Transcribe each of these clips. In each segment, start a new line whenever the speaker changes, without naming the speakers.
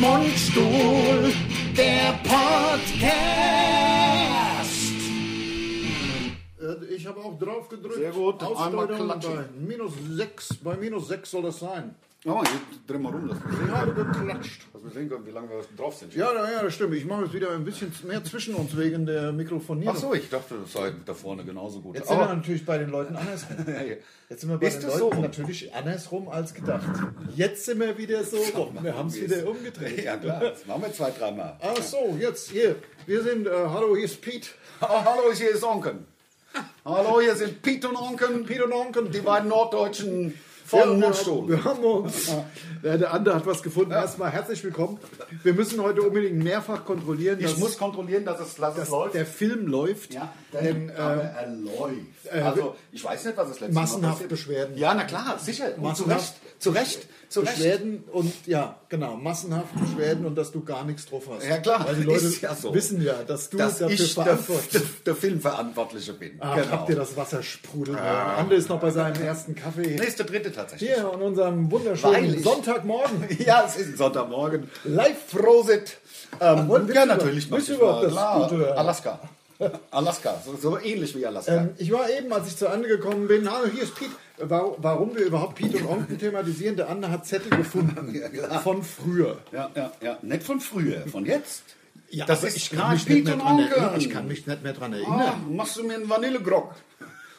Mundstuhl, der Podcast.
Äh, Ich habe auch drauf gedrückt.
Sehr gut, einmal
Aussteuerung
klatschen.
bei minus 6. Bei minus 6 soll das sein.
Oh, jetzt drehen wir rum, dass wir
Ich
sehen,
habe geklatscht.
dass wir sehen können, wie lange wir drauf sind.
Ja, ja, ja, das stimmt. Ich mache jetzt wieder ein bisschen mehr zwischen uns wegen der Mikrofonierung.
Ach so, ich dachte, das sei da vorne genauso gut.
Jetzt sind wir
Aber
natürlich bei den Leuten andersrum. Jetzt sind wir bei
Ist
den
es
Leuten
so rum?
natürlich andersrum als gedacht. Jetzt sind wir wieder so rum. Wir haben es wieder umgedreht.
ja klar, das machen wir zwei, dreimal.
Ach so, jetzt hier. Wir sind, äh, hallo, hier ist Pete.
Ah, hallo, hier ist Onken. Hallo, hier sind Piet und Onken, Piet und Onken, die beiden Norddeutschen
Ja,
von
wir-
Mundstuhl.
Wir haben uns. Ja, der andere hat was gefunden. Erstmal herzlich willkommen. Wir müssen heute unbedingt mehrfach kontrollieren,
Ich
dass,
muss kontrollieren, dass es, dass es läuft.
der Film läuft.
ja,
denn äh,
denn, aber er läuft. also, ich weiß nicht, was das letzte
massenhaft
passiert.
Beschwerden.
Ja, na klar, sicher. Und zu Recht.
Massenhaft
Zu Recht. Zu Recht.
Beschwerden und ja, genau, massenhaft Beschwerden und dass du gar nichts drauf hast.
Ja, klar,
Weil die Leute
ist ja so.
wissen ja, dass du
dass
dafür
ich Genau. der,
verantwortlich
der, der Filmverantwortliche bin.
Ach, habt ihr das Wasser sprudeln hören? André ist noch bei seinem ersten Kaffee.
Ah. Nee, ist der dritte tatsächlich.
Hier an unserem
Weil
wunderschönen
ich-
Sonntagmorgen.
Ja, es ist Sonntagmorgen. Live Rosit. Ähm,
wollen wir
ja,
über-
natürlich noch.
willst du überhaupt das
klar.
Gute hören?
Alaska. Alaska, so, so ähnlich wie Alaska.
Ähm, ich war eben, als ich zu Anne gekommen bin, hallo, hier ist Piet. Warum, warum wir überhaupt Piet und Onken thematisieren, der Anne hat Zettel gefunden von früher.
ja, ja, ja. Nicht von früher, von jetzt.
aber
grad
nicht
Piet
mehr
und
dran
Onkel.
erinnern. Ich kann mich nicht mehr dran
Ah,
erinnern.
machst du mir einen Vanillegrog?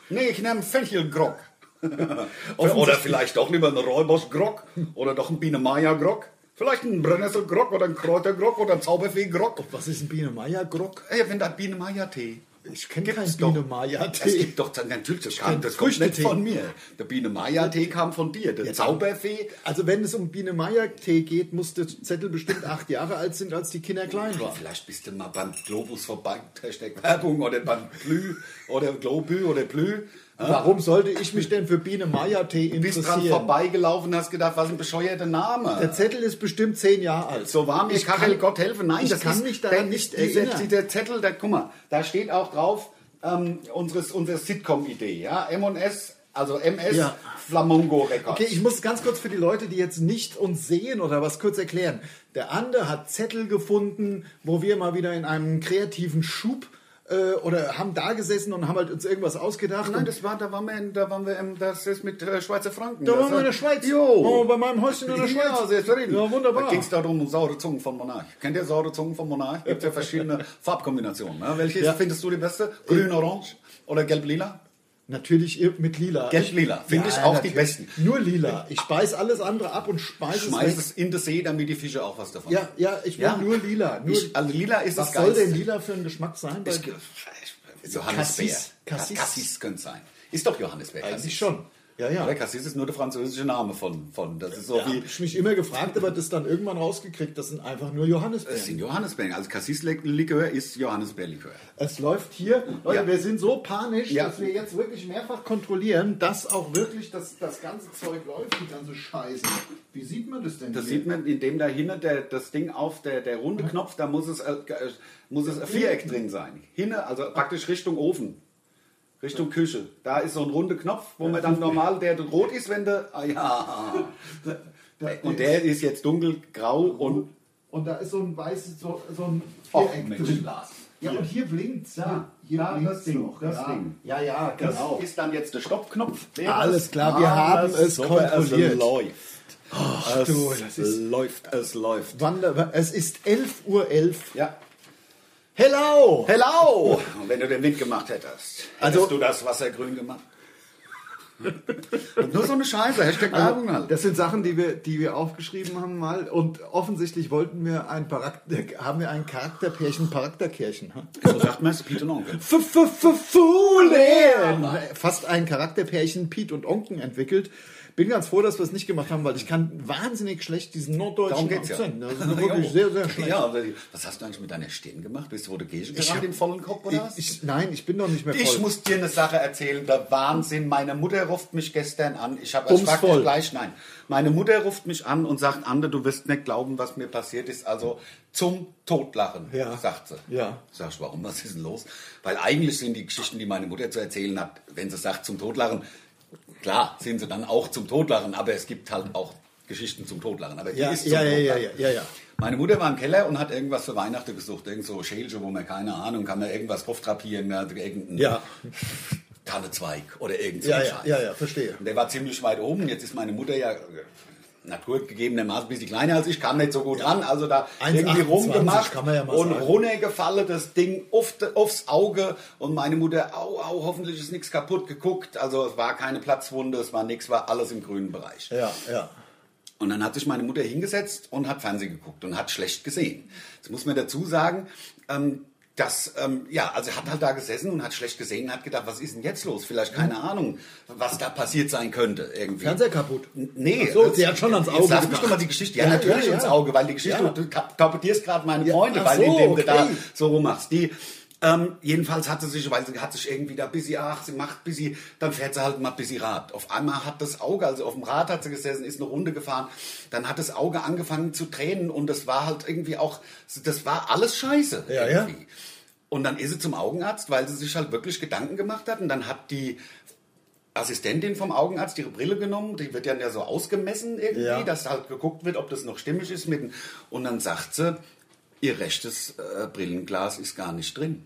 Nee, ich nehme einen Fenchelgrog. oder
Offensichtlich-
vielleicht doch lieber einen Räubersgrog oder doch einen Biene-Maja-Grog. Vielleicht einen Brennnesselgrog oder einen Kräutergrog oder einen Zauberfee-Grog.
Was ist ein Biene-Meier-Grog?
Ey, wenn da Biene-Maja-Tee.
Ich kenne keinen
Gibt's doch. Es
Biene-Meier-Tee.
gibt doch dann natürlich, das, kam,
kenn
das kommt nicht
Früchtetee.
von mir. Der Biene-Maja-Tee kam von dir. Der Zauberfee,
Also wenn es um Biene-Meier-Tee geht, muss der Zettel bestimmt acht Jahre alt sind, als die Kinder klein waren.
vielleicht bist du mal beim Globus vorbei, Hashtag Werbung, oder beim Plü, oder Globü, oder Plü. ne?
Warum sollte ich mich denn für Biene-Meier-Tee
Ah. Bist dran
interessieren?
vorbeigelaufen, hast gedacht, was ein bescheuerter Name.
Der Zettel ist bestimmt zehn Jahre alt.
So war mir
Ich
Karel
kann-
Gott helfe. Nein,
ich
das
kann
ist,
mich daran
der-
nicht
dieser,
erinnern.
dieser Zettel, da, guck mal, da steht auch drauf ähm, unseres, unsere Sitcom-Idee. Ja? M&S, also MS,
Ja.
Flamongo Records.
Okay, ich muss ganz kurz für die Leute, die jetzt nicht uns sehen oder was kurz erklären. Der Ande hat Zettel gefunden, wo wir mal wieder in einem kreativen Schub äh, oder haben da gesessen und haben halt uns irgendwas ausgedacht.
Nein,
und
das war, da waren wir, in, da waren wir, im, das ist mit äh, Schweizer Franken.
da
Das
waren wir in der
hat-
Schweiz. Waren
Jo.
wir bei meinem Häuschen in der Schweiz.
Ja, selbstredend.
Ja, wunderbar.
Da ging es darum, saure Zungen von Monarch. Kennt ihr saure Zungen von Monarch? Gibt ja verschiedene Farbkombinationen. Ne? Welche
Ja.
findest du die beste? Grün, Orange oder Gelb-Lila?
Natürlich ihr- mit lila.
Gelb-Lila finde ich auch die besten.
Nur lila. Ich beiß alles andere ab und schmeiß,
Schmeiß
Also es weg.
es in das See, damit die Fische auch was davon
Ja, ja, ich will
Ja.
nur lila. Nur,
Ich- also lila ist
was
das
soll
Geilste.
denn lila für ein Geschmack sein? Weil-
Johannisbeer.
Cassis. Cassis.
Cassis könnte sein. Ist doch Johannisbeer.
Eigentlich
Cassis.
schon. Ja, ja.
Oder Cassis ist nur der französische Name von. von. Das ist so
Ja,
wie.
hab ich mich immer gefragt, aber das dann irgendwann rausgekriegt, das sind einfach nur
Das
Johannisbeeren.
sind Johannisbeeren. Also Cassis-Likör ist Johannisbeerlikör.
Es läuft hier, Leute,
Ja.
wir sind so panisch,
Ja.
dass wir jetzt wirklich mehrfach kontrollieren, dass auch wirklich das, das ganze Zeug läuft, die ganze Scheiße. Wie sieht man das denn
Das
hier?
sieht man, indem da hinten der, das Ding auf der, der runde Knopf, da muss es, äh, äh, muss es ein Viereck drin sein. Hinne, also praktisch Richtung Ofen. Richtung Küche. Da ist so ein runder Knopf, wo man dann normal, der rot ist, wenn der. Ah, ja. Und der ist jetzt dunkelgrau und.
Und da ist so ein weißes, so, so ein
Och,
Viereck
Mensch,
drin.
Lars.
Ja, und hier blinkt's, ja. Hier
Ja,
blinkt's
das Ding,
noch.
das
ja.
Ding.
ja, ja,
Das
genau.
ist dann jetzt der Stoppknopf. Der
Alles
ist-
klar, wir haben
das
es
so,
kontrolliert.
Es läuft. Ach, es
du, das ist-
läuft, es läuft.
Wander es ist 11.11 Uhr. 11.
Ja.
Hello!
Hello! Und wenn du den Wind gemacht hättest, hättest
Also-
du das Wasser grün gemacht. Und nur so eine Scheiße, Hashtag
Also-
Werbung halt.
Das sind Sachen, die wir, die wir aufgeschrieben haben mal. Und offensichtlich wollten wir ein Charakter, haben wir ein Charakterpärchen, Charakterkärchen.
So sagt man es, Piet und Onkel.
Foolen! Fast ein Charakterpärchen Piet und Onken entwickelt. Bin ganz froh, dass wir es nicht gemacht haben, weil ich kann wahnsinnig schlecht diesen
Darum
norddeutschen
geht's ja. oh.
Akzent. ne? Das ist wirklich sehr, sehr schlecht.
Ja, aber was hast du eigentlich mit deiner Stirn gemacht? Bist du, wo du gehst? Ich
hab-
den vollen Kopf oder was?
Ich, ich, nein, ich bin doch nicht mehr voll.
Ich muss dir eine Sache erzählen, der Wahnsinn. Meine Mutter ruft mich gestern an. Ich habe
Bums
erschrak
voll.
dich gleich. Nein, meine Mutter ruft mich an und sagt, Ande, du wirst nicht glauben, was mir passiert ist. Also zum Totlachen,
Ja.
sagt sie.
Ja.
Sag ich, warum? Was ist denn los? Weil eigentlich sind die Geschichten, die meine Mutter zu erzählen hat, wenn sie sagt zum Totlachen, klar sind sie dann auch zum Totlachen. Aber es gibt halt auch Geschichten zum Totlachen, aber die
Ja,
ist zum
ja, ja, ja,
Totlachen.
ja, ja, ja.
Meine Mutter war im Keller und hat irgendwas für Weihnachten gesucht, irgend so Schälchen, wo man keine Ahnung, kann man irgendwas drauf drapieren, ja, irgendein
Ja,
Tannezweig oder irgend so
ja,
ein
ja,
Scheiß.
ja, ja, verstehe.
Und der war ziemlich weit oben. Jetzt ist meine Mutter ja äh, naturgegebenermaßen ein bisschen kleiner als ich, kam nicht so gut ran. Also da
1,28
irgendwie rumgemacht
kann man ja mal
und
sagen.
runtergefallen, das Ding auf, de- aufs Auge. Und meine Mutter, au, au, hoffentlich ist nichts kaputt geguckt. Also es war keine Platzwunde, es war nichts, war alles im grünen Bereich.
Ja, ja.
Und dann hat sich meine Mutter hingesetzt und hat Fernsehen geguckt und hat schlecht gesehen. Jetzt muss man dazu sagen, ähm, dass, ähm, ja, also hat halt da gesessen und hat schlecht gesehen und hat gedacht, was ist denn jetzt los? Vielleicht keine Ahnung, was da passiert sein könnte irgendwie.
Fernseher kaputt.
N- Nee.
Ach so,
das-
sie hat schon ans
jetzt
Auge
Lass mich
gedacht.
doch mal die Geschichte. Ja,
Ja,
natürlich
ja, ja.
ins Auge, weil die Geschichte,
Ja.
du kap- torpedierst gerade meine
Ja,
Freunde,
ach
weil
so,
indem du da
okay.
so rummachst. Die, ähm, jedenfalls hat sie sich, weil sie hat sich irgendwie da bis sie, ach, sie macht bis sie, dann fährt sie halt mal bis sie Rad. Auf einmal hat das Auge, also auf dem Rad hat sie gesessen, ist eine Runde gefahren, dann hat das Auge angefangen zu tränen und das war halt irgendwie auch, das war alles scheiße.
Ja, ja.
irgendwie. Und dann ist sie zum Augenarzt, weil sie sich halt wirklich Gedanken gemacht hat und dann hat die Assistentin vom Augenarzt ihre Brille genommen, die wird dann ja so ausgemessen irgendwie,
Ja.
dass halt geguckt wird, ob das noch stimmig ist mit dem- und dann sagt sie, ihr rechtes äh, Brillenglas ist gar nicht drin.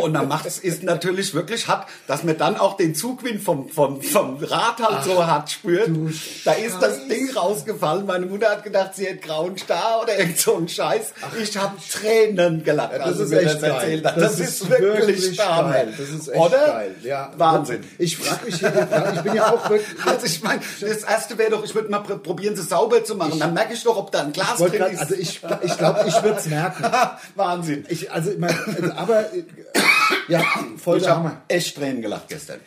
Und dann macht es ist natürlich wirklich hat, dass man dann auch den Zugwind vom, vom, vom Rad halt so hart spürt.
du
Da ist das
Scheiße.
Ding rausgefallen. Meine Mutter hat gedacht, sie hätte grauen Star oder irgend so einen Scheiß. ich habe Tränen gelacht.
Ja, das
als sie
ist
mir
echt geil.
erzählt hat. Das, ist wirklich geil.
Das ist echt
oder?
geil. Ja,
Wahnsinn.
Ich frage mich, hier- ja, ich bin ja auch wirklich.
Also ich meine, das erste wäre doch, ich würde mal pr probieren, sie sauber zu machen. dann merke ich doch, ob da ein Glas
wollte
drin
grad-
ist.
Also ich, ich glaube, ich würde es merken.
Wahnsinn.
Ich, also, mein, also, aber äh, ja, voll
ich
der
habe
Hammer.
echt Tränen gelacht gestern.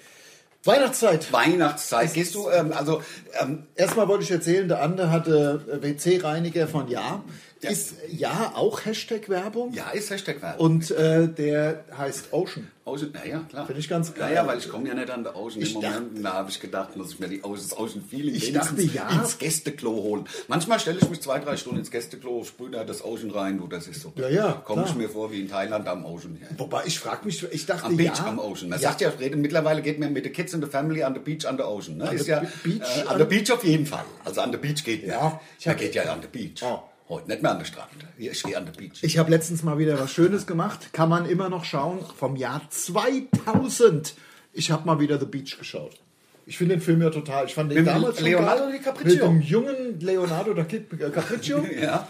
Weihnachtszeit.
Weihnachtszeit. Gehst du, ähm, also ähm,
Erstmal wollte ich erzählen, der andere hatte äh, WC-Reiniger von Ja. Ist Ja auch Hashtag-Werbung?
ja, ist Hashtag Werbung.
Und äh, der heißt Ocean.
Ocean, naja, klar.
Find ich ganz geil.
Naja, weil ich komme ja nicht an der Ocean
Ich
im Moment. da habe ich gedacht, muss ich mir die Ocean, das Ocean Feeling
Ich
wenigstens
dachte, ja.
ins Gästeklo holen. Manchmal stelle ich mich zwei, drei Stunden ins Gästeklo, sprühe da das Ocean rein, du, das ist so.
Ja, ja,
Komme ich
klar.
mir vor wie in Thailand am Ocean. Ja.
Wobei, ich frage mich, ich dachte
Am
ja.
Beach, am Ocean. Man
ja,
sagt ja, Fred, mittlerweile geht man mit den Kids in the Family an the Beach, an the Ocean. Ne? Ist
the
ja,
Be- Beach,
äh, an
an-
the Beach auf jeden Fall. Also an the Beach geht
Ja,
man.
ich
Man
hab-
geht ja an the Beach.
Oh.
Heute nicht mehr an der Strand. Hier, Ich gehe an the Beach.
Ich habe letztens mal wieder was Schönes gemacht. Kann man immer noch schauen. Vom Jahr 2000. Ich habe mal wieder The Beach geschaut. Ich finde den Film ja total. Ich fand den
Mit
damals schon
Leonardo
geil.
DiCaprio.
Mit dem jungen Leonardo da Cap- äh, Capriccio
ja.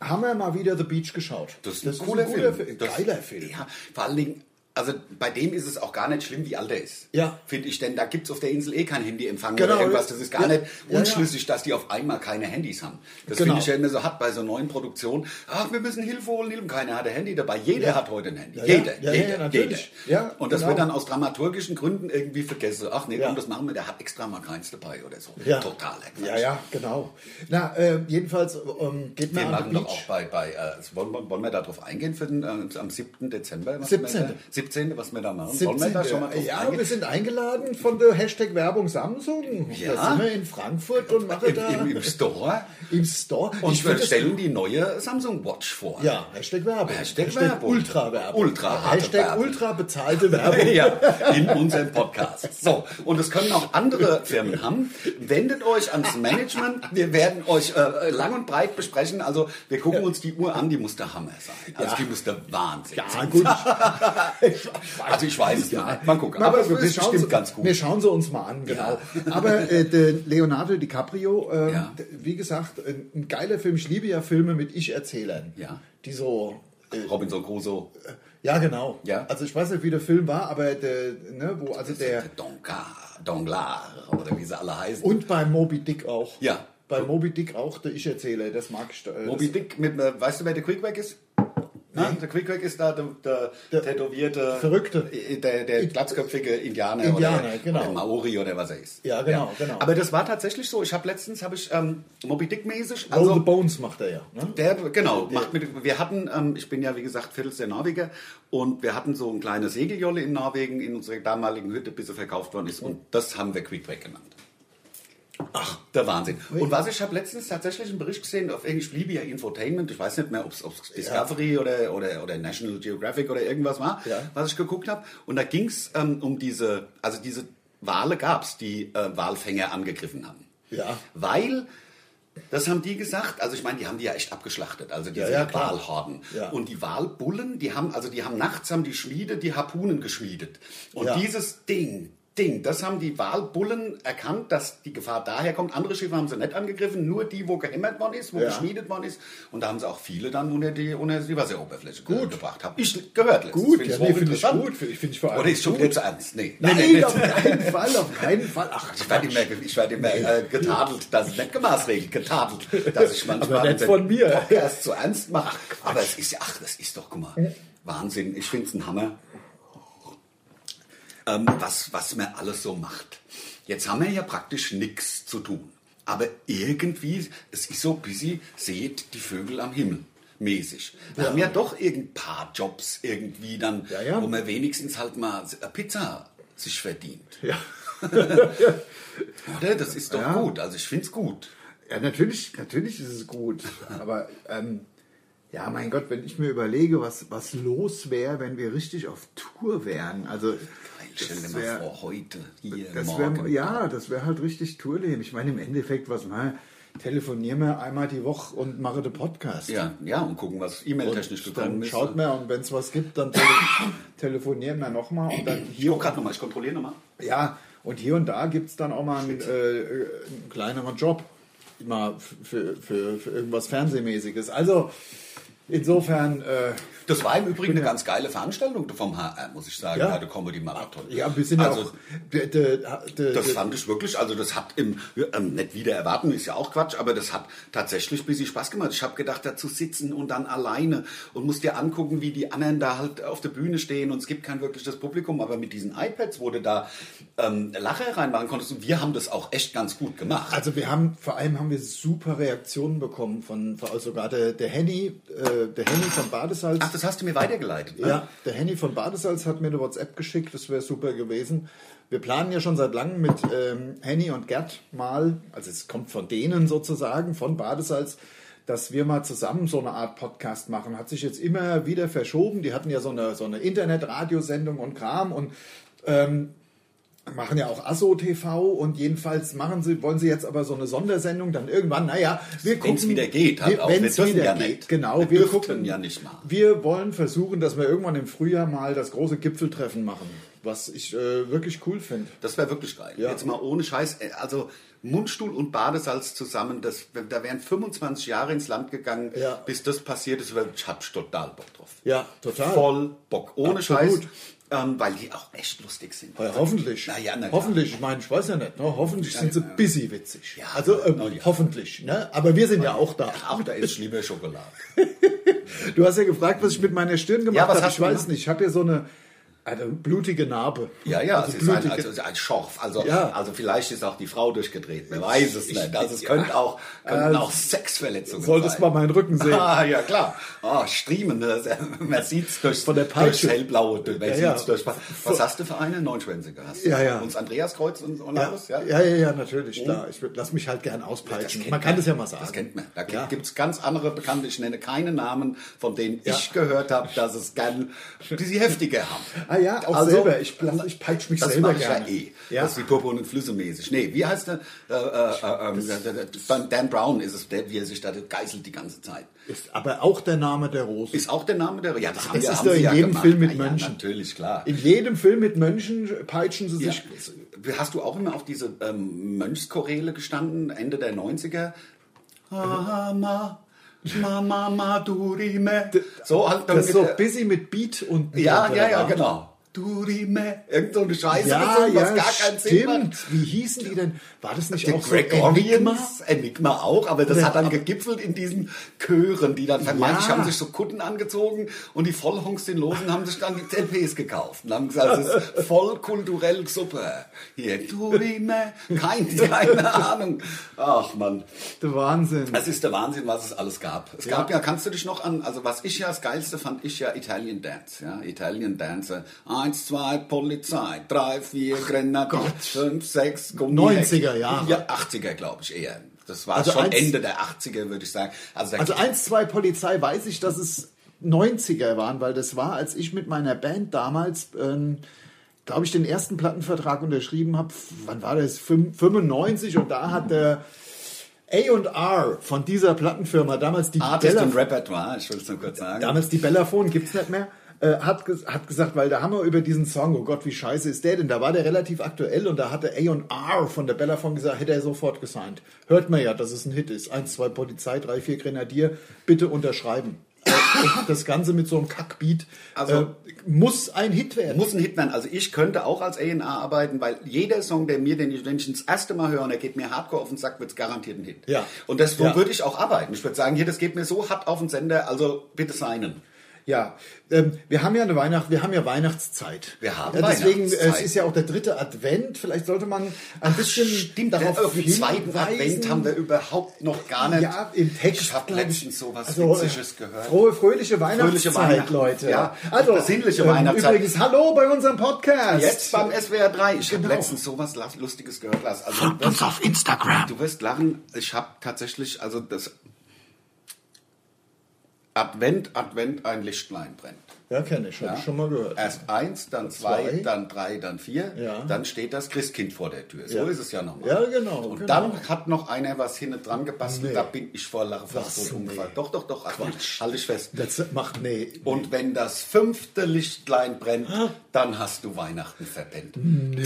haben wir mal wieder The Beach geschaut. guter Fi-
Das-
Geiler Film.
Ja, vor allen Dingen, also bei dem ist es auch gar nicht schlimm, wie alt er ist.
Ja.
Finde ich, denn da gibt es auf der Insel eh kein Handyempfang
Genau,
oder irgendwas. Das ist gar
ja.
nicht
Ja, ja.
unschlüssig, dass die auf einmal keine Handys haben. Das
Genau.
finde ich ja immer so hart bei so neuen Produktionen. Ach, wir müssen Hilfe holen, Hilfe. Keiner hat ein Handy dabei. Jeder hat heute ein Handy.
Ja, ja.
jeder,
Ja, ja,
jeder,
ja,
jeder.
natürlich. Ja,
Und das
genau.
wird dann aus dramaturgischen Gründen irgendwie vergessen. Ach nee,
Ja.
komm, das machen wir. Der hat extra mal keins dabei oder so. Total.
Ja, ja, genau. Na, äh, jedenfalls ähm, geht
Wir
man an
machen
die
doch auch
Beach.
bei, bei äh, wollen, wir- wollen wir da drauf eingehen für den, äh, am 7. Dezember? Was
17..
Wir da, 17. was wir da machen? Wollen wir
17.
da schon mal drauf
Ja, wir
eingehen?
sind eingeladen von der Hashtag Werbung Samsung.
Ja.
Da sind wir in Frankfurt und machen da
Im, im, Im Store.
im Store.
Und
Ich
wir
find das-
stellen die neue Samsung Watch vor.
Ja, Hashtag Werbung.
Hashtag Werbung.
Ultra Werbung.
Ultra harte
Hashtag
Werbung.
Ultra bezahlte Werbung.
Ja, in unserem Podcast. So, und das können auch andere Firmen haben. Wendet euch ans Management. Wir werden euch äh, lang und breit besprechen. Also, wir gucken uns die Uhr an. Die muss der Hammer sein. Also,
Ja.
die muss der Wahnsinn
Ja,
sein.
gut.
Also, ich weiß es nicht. Mal gucken.
Aber,
Aber,
wir,
es ist
schauen sie,
bestimmt ganz gut.
wir schauen sie uns mal an, genau.
Ja.
Aber äh, der Leonardo DiCaprio, ähm,
Ja.
d- wie gesagt, ein, ein geiler Film. Ich liebe ja Filme mit Ich-Erzählern.
Ja.
Die so.
Robinson Crusoe.
Ja, genau.
Ja.
Also ich weiß nicht, wie der Film war, aber der, ne, wo, also der.
Donka, Donglar oder wie sie alle heißen.
Und bei Moby Dick auch.
Ja.
Bei Moby Dick auch der Ich-Erzähler, das mag ich. Äh,
Moby Dick mit, äh, weißt du, wer der Quickback ist? Na, der Quickback ist da der, der,
Der
tätowierte,
Verrückte.
äh, der, der glatzköpfige Indianer,
Indianer,
oder,
genau.
oder Maori oder was er ist.
Ja, genau, genau.
Aber das war tatsächlich so. Ich habe letztens habe ich ähm, Moby Dick mäßig,
Das, Roll
also
the Bones macht er ja. Ne?
Der, genau, macht mit, wir hatten, ähm, ich bin ja wie gesagt Viertels der Norweger und wir hatten so ein kleines Segeljolle in Norwegen in unserer damaligen Hütte, bis sie verkauft worden ist und das haben wir Quickbreak genannt. Ach, der Wahnsinn. Und was ich habe letztens tatsächlich einen Bericht gesehen auf Englisch, ich liebe ja Infotainment, ich weiß nicht mehr, ob es Discovery oder, oder, oder National Geographic oder irgendwas war,
Ja.
was ich geguckt habe. Und da ging es ähm, um diese, also diese Wale gab es, die äh, Walfänger angegriffen haben.
Ja.
Weil, das haben die gesagt, also ich meine, die haben die ja echt abgeschlachtet, also diese
Ja, ja, klar.
Walhorden.
Ja.
Und die Walbullen, die haben, also die haben nachts haben die Schmiede die Harpunen geschmiedet. Und
Ja.
dieses Ding, Ding, das haben die Walbullen erkannt, dass die Gefahr daher kommt. Andere Schiffe haben sie nicht angegriffen, nur die, wo gehämmert worden ist, wo
Ja.
geschmiedet worden ist. Und da haben sie auch viele dann unter die, unter die Wasseroberfläche ge-
Gut.
gebracht. Hab ich gehört letztens.
Gut,
Find's
ja, nee, finde ich
hochinteressant.
gut. Finde ich, find ich vor allem
Oder ist schon
gut.
wieder zu ernst? Nee.
Nein,
Nee, nee,
auf keinen Fall, auf keinen Fall. Ach,
ich werde immer, ich werde immer äh, getadelt, das ist nicht gemaßregelt, getadelt, dass ich manchmal
Aber nicht
den
von mir.
Podcast zu ernst mache. Aber es ist ja, ach, das ist doch, guck mal, Wahnsinn, ich finde es ein Hammer, ähm, was, was man alles so macht. Jetzt haben wir ja praktisch nichts zu tun. Aber irgendwie, es ist so busy, seht die Vögel am Himmel. Mäßig. Wir haben ja doch irgend paar Jobs irgendwie dann,
Ja, ja.
wo man wenigstens halt mal eine Pizza sich verdient.
Ja.
Oder? Ne, Das ist doch
Ja.
gut. Also ich finde es gut.
Ja, natürlich, natürlich ist es gut. Aber ähm, ja, mein Gott, wenn ich mir überlege, was, was los wäre, wenn wir richtig auf Tour wären. Also,
Stell dir
das
mal
wär-
vor, heute, hier,
Das
morgen.
wär, ja, das wäre halt richtig Tourleben. Ich meine, im Endeffekt, was mal, telefonieren wir einmal die Woche und mache den Podcast.
ja, ja, und gucken, was E-Mail-technisch
Und
gekommen
dann
ist.
schaut mir und wenn es was gibt, dann tele telefonieren wir nochmal und dann
ich guck gerade nochmal, ich kontrolliere nochmal.
ja, und hier und da gibt es dann auch mal einen, äh, einen kleineren Job. Mal f- für, für, für irgendwas Fernsehmäßiges. Also, insofern, äh,
Das war im Übrigen eine ganz geile Veranstaltung vom HR, muss ich sagen,
Ja.
ja. der Comedy-Marathon.
ja, wir sind
also,
ja auch. De, de, de,
Das fand ich wirklich, also das hat im, ähm, nicht wieder erwarten, ist ja auch Quatsch, aber das hat tatsächlich ein bisschen Spaß gemacht. Ich habe gedacht, da zu sitzen und dann alleine und musst dir angucken, wie die anderen da halt auf der Bühne stehen und es gibt kein wirkliches Publikum, aber mit diesen iPads wurde da ähm, Lacher reinmachen konntest und wir haben das auch echt ganz gut gemacht.
Also wir haben, vor allem haben wir super Reaktionen bekommen von, von also sogar der, der Henny, äh, der Henny von Badesalz.
Ach, das hast du mir weitergeleitet, ne?
ja, der Henny von Badesalz hat mir eine WhatsApp geschickt, das wäre super gewesen. Wir planen ja schon seit langem mit ähm, Henny und Gerd mal, also es kommt von denen sozusagen, von Badesalz, dass wir mal zusammen so eine Art Podcast machen. Hat sich jetzt immer wieder verschoben. Die hatten ja so eine, so eine Internet-Radiosendung und Kram und machen ja auch Asso TV und jedenfalls machen sie, wollen sie jetzt aber so eine Sondersendung dann irgendwann, naja, wir gucken.
Wenn's wieder geht, halt
wir-
auch. Wir
wenn's
dürfen
wieder
ja
geht,
nicht.
genau.
Wir
Wir,
dürften
gucken
ja nicht mal.
Wir wollen versuchen, dass wir irgendwann im Frühjahr mal das große Gipfeltreffen machen, was ich äh, wirklich cool finde.
Das wäre wirklich geil.
Ja.
Jetzt mal ohne Scheiß. äh, Also Mundstuhl und Badesalz zusammen, das, da wären 25 Jahre ins Land gegangen,
Ja.
bis das passiert ist. weil Ich hab total Bock drauf.
Ja, total.
Voll Bock. Ohne
Absolut.
Scheiß. Ähm, weil die auch echt lustig sind.
Ja, hoffentlich.
Na ja, na klar.
hoffentlich, ich meine, ich weiß ja nicht. Ne? Hoffentlich sind sie busy witzig.
Ja,
also ähm,
na ja.
hoffentlich. Ne? Aber wir sind ja auch da.
Ach, da ist lieber Schokolade.
Du hast ja gefragt, was ich mit meiner Stirn gemacht
was
habe.
hast
Ich
du
weiß
gemacht?
nicht. Ich habe hier so eine, eine blutige Narbe.
Ja, ja,
Also
es ist ein,
blutige-
also, es ist ein Schorf. Also,
Ja.
also vielleicht ist auch die Frau durchgedreht. Man weiß es nicht. Also es könnte auch, könnten auch Sexverletzungen
Also Solltest
sein.
mal meinen Rücken sehen.
Ah, ja, klar. Ah, Striemen, ne? man sieht es durch,
Von der Peitsche.
durch hellblaue, man
Ja,
sieht's
ja.
durch. Was hast du für eine? Neunschwänzige hast du.
Ja, ja.
Uns Andreas Kreuz und
Ja,
Olaus, ja?
ja, ja, ja, natürlich, klar. Ich würd- lass mich halt gern auspeitschen. man kann das ja mal sagen.
Das kennt man. Da
Ja.
gibt es ganz andere Bekannte. Ich nenne keine Namen, von denen
Ja.
ich gehört habe, dass es gern, die sie heftiger haben.
Ah ja, auch
Also,
selber. Ich, lass- ich peitsche mich
Das
selber
mache ich
gerne.
ja eh.
Ja.
Das ist wie Purpur und Flüsse mäßig. Nee, wie heißt der? Äh, äh, äh, äh, äh, Dan- Dan Brown ist es, der, wie er sich da geißelt die ganze Zeit.
Ist aber auch der Name der Rose.
Ist auch der Name der. Ja, das, haben,
das
wir-
ist
haben
doch
sie
in
ja
jedem
gemacht.
Film mit
Ah, ja,
Mönchen.
Natürlich, klar.
In jedem Film mit Mönchen peitschen sie
Ja.
sich.
Hast du auch immer auf diese ähm, Mönchschorele gestanden, Ende der 90er? Mama, Mama, ma, du Rime. So halt
Das ist so
damit, äh,
busy mit Beat und.
Ja,
und-
ja, ja, genau. Du Rime. Irgend so eine Scheiße,
Ja,
gesungen,
ja,
was gar keinen Sinn macht.
stimmt. Wie hießen die denn? War das nicht
Der
auch
Greg
so Enigma?
Orleans, Enigma auch, aber das
Oder-
hat dann gegipfelt in diesen Chören, die dann vermeintlich
Ja.
haben sich so Kutten angezogen und die Vollhongstenlosen haben sich dann die LPs gekauft und haben gesagt, es ist voll kulturell super. Hier, du Rime, kein, keine Ahnung. Ach man,
Der Wahnsinn.
das ist der Wahnsinn, was es alles gab. Es gab ja, kannst du dich noch an, also was ich ja das Geilste fand, ich ja Italian Dance, ja, Italian Dance. Eins, zwei, Polizei, drei, vier, Grenadier, fünf, sechs, Gummi
90er Jahre.
Ja, 80er, glaube ich, eher. Das war
Also
schon
eins-
Ende der 80er, würde ich sagen. Also, da
Also eins, zwei Polizei weiß ich, dass es 90er waren, weil das war, als ich mit meiner Band damals ähm, glaube ich, den ersten Plattenvertrag unterschrieben habe. Wann war das? 95 und da hat der A&R von dieser Plattenfirma damals die
Artist
Della-
und Repertoire, ich will es nur kurz sagen.
Damals die Bellafon gibt's nicht mehr. Äh, hat, ges hat gesagt, weil da haben wir über diesen Song, oh Gott, wie scheiße ist der denn? Da war der relativ aktuell und da hatte A&R von der Bellafon gesagt, hätte er sofort gesigned. Hört man ja, dass es ein Hit ist. Eins, zwei Polizei, drei, vier Grenadier, bitte unterschreiben. Äh, und das Ganze mit so einem Kackbeat
Also-
äh, muss ein Hit werden.
muss ein Hit werden. Also ich könnte auch als A&R arbeiten, weil jeder Song, der mir, den ich, wenn ich ihn das erste Mal höre und der geht mir hardcore auf den Sack, wird es garantiert ein Hit.
Ja.
Und das so
Ja.
würde ich auch arbeiten. Ich würde sagen, hier, das geht mir so hart auf den Sender, also bitte seinen.
Ja, ähm, wir haben ja eine Weihnacht, wir haben ja Weihnachtszeit.
Wir haben
ja, deswegen,
Weihnachtszeit.
äh, es ist ja auch der dritte Advent. Vielleicht sollte man ein bisschen darauf
auf dem zweiten
hinweisen.
Advent haben wir überhaupt noch gar nicht.
Ja, im Text.
Ich habe
glaub
letztens sowas
Also,
Witziges gehört.
Frohe, fröhliche Weihnachtszeit,
Fröhliche Weihnachten.
Leute. Also, ähm,
Ja, besinnliche Weihnachtszeit.
Übrigens, hallo bei unserem Podcast.
Jetzt beim SWR 3. Ich
Genau.
habe letztens sowas las- Lustiges gehört. Lars. Also,
Folgt
das-
uns auf Instagram.
Du wirst lachen. Ich habe tatsächlich, also das Advent, Advent, ein Lichtlein brennt.
Ja, kenne ich, habe ich schon mal gehört.
Erst eins, dann zwei,
Zwei.
dann drei, dann vier.
Ja.
Dann steht das Christkind vor der Tür. So
Ja.
ist es ja nochmal.
Ja, genau,
Und
genau.
dann hat noch einer was hinten dran gebastelt.
Nee.
Da bin ich vor Lachen fast
Was?
so umgefallen.
Nee.
Doch, doch, doch. Quatsch. Halt dich fest.
Das macht, nee.
Und wenn das fünfte Lichtlein brennt, dann hast du Weihnachten verpennt.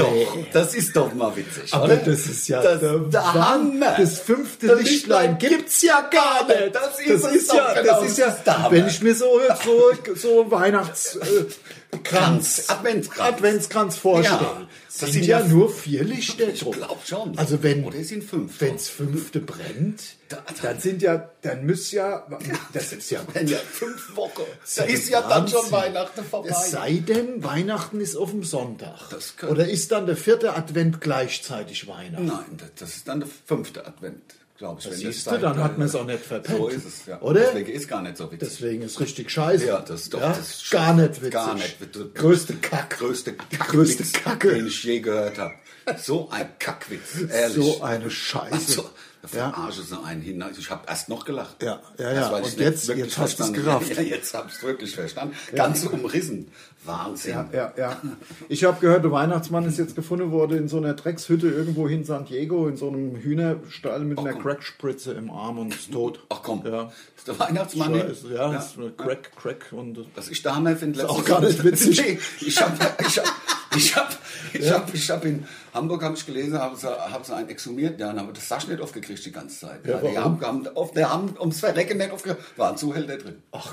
Doch, das ist doch mal witzig,
Aber
oder?
das ist ja
das,
der
der
Wahn-
Hammer.
Das fünfte
Das
Lichtlein
gibt's ja gar nicht. Das ist,
das
es
ist
doch
ja,
genau,
das ist ja,
der Hammer.
wenn ich mir so, so, so Weihnachtskranz, äh,
Kranz,
Kranz,
Adventskranz.
Adventskranz vorstelle.
Ja, das
das
sind
sind ja,
ja-
nur vier Lichter
Ich glaub schon.
Also wenn,
Oder es sind fünf.
Wenn's fünfte brennt,
Da-
dann sind ja, dann müsst ja, das ist ja,
Wenn ja fünf Wochen. Da ist ja dann schon
Wahnsinn.
Weihnachten vorbei.
Es sei denn, Weihnachten ist auf dem Sonntag.
Das könnte-
Oder ist dann der vierte Advent gleichzeitig Weihnachten?
Nein, das- das ist dann der fünfte Advent, glaube ich. wenn
Siehst
das
du,
sein
dann hat
soll.
man es auch nicht verpennt.
So ist es, ja.
Oder?
Deswegen ist gar nicht so witzig.
Deswegen ist richtig scheiße.
Ja, das ist doch- das ist
gar nicht witzig.
gar nicht witzig.
Größte Kack.
größte Kackwitz,
größte Kacke.
den ich je gehört habe. So ein Kackwitz, ehrlich.
So eine Scheiße.
Also, da
ja.
verarsche sie einen hin. Also Ich habe erst noch gelacht.
Ja, ja, ja.
Erst, weil
Und
ich's nicht
jetzt-
wirklich
jetzt hast du's
verstanden
gerafft.
habe. Ja, jetzt habe ich es wirklich verstanden. Ganz umrissen. Wahnsinn.
Ja, ja, ja. Ich habe gehört, der Weihnachtsmann ist jetzt gefunden worden in so einer Dreckshütte irgendwo in San Diego, in so einem Hühnerstall mit einer
komm.
Crackspritze im Arm und ist tot.
Ach komm,
Ja.
ist der Weihnachtsmann
Ja,
hin?
ist, ja, ist eine Crack, Crack und
Was ich da mal finde,
auch gar nicht witzig.
Nee, ich habe ich hab, ich hab, ich hab, ich hab in Hamburg habe ich gelesen, habe sie, hab sie einen exhumiert, ja, und habe das Sasch nicht aufgekriegt die ganze Zeit. Ja, die haben,
warum?
haben, auf, die haben ums Verrecken nicht aufgekriegt, waren Zuhälter drin. Ach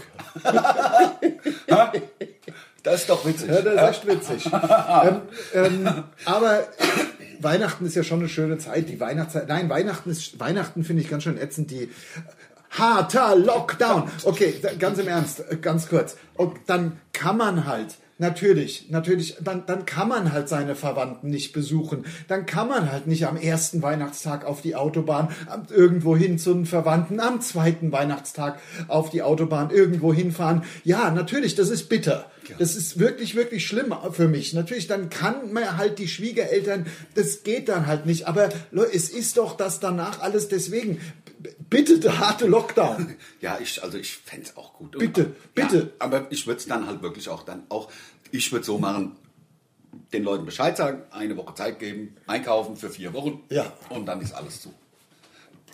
ja. das ist doch witzig.
Ja, das ist echt witzig. ähm, ähm, aber Weihnachten ist ja schon eine schöne Zeit. Die Weihnachtszeit. Nein, Weihnachten ist Weihnachten finde ich ganz schön ätzend. Die harter Lockdown. Okay, da- ganz im Ernst, äh, ganz kurz. Und dann kann man halt. Natürlich, natürlich, dann, dann kann man halt seine Verwandten nicht besuchen. Dann kann man halt nicht am ersten Weihnachtstag auf die Autobahn, am- irgendwo hin zu den Verwandten, am zweiten Weihnachtstag auf die Autobahn irgendwo hinfahren. Ja, natürlich, das ist bitter. Das ist wirklich, wirklich schlimm für mich. Natürlich, dann kann man halt die Schwiegereltern, das geht dann halt nicht. Aber Leute, es ist doch das danach alles deswegen. B- Bitte der harte Lockdown.
Ja, ich, also ich fände es auch gut. Und-
Bitte, bitte.
Ja, aber ich würde es dann halt wirklich auch dann auch, ich würde so machen, den Leuten Bescheid sagen, eine Woche Zeit geben, einkaufen für vier Wochen
Ja.
und dann ist alles zu.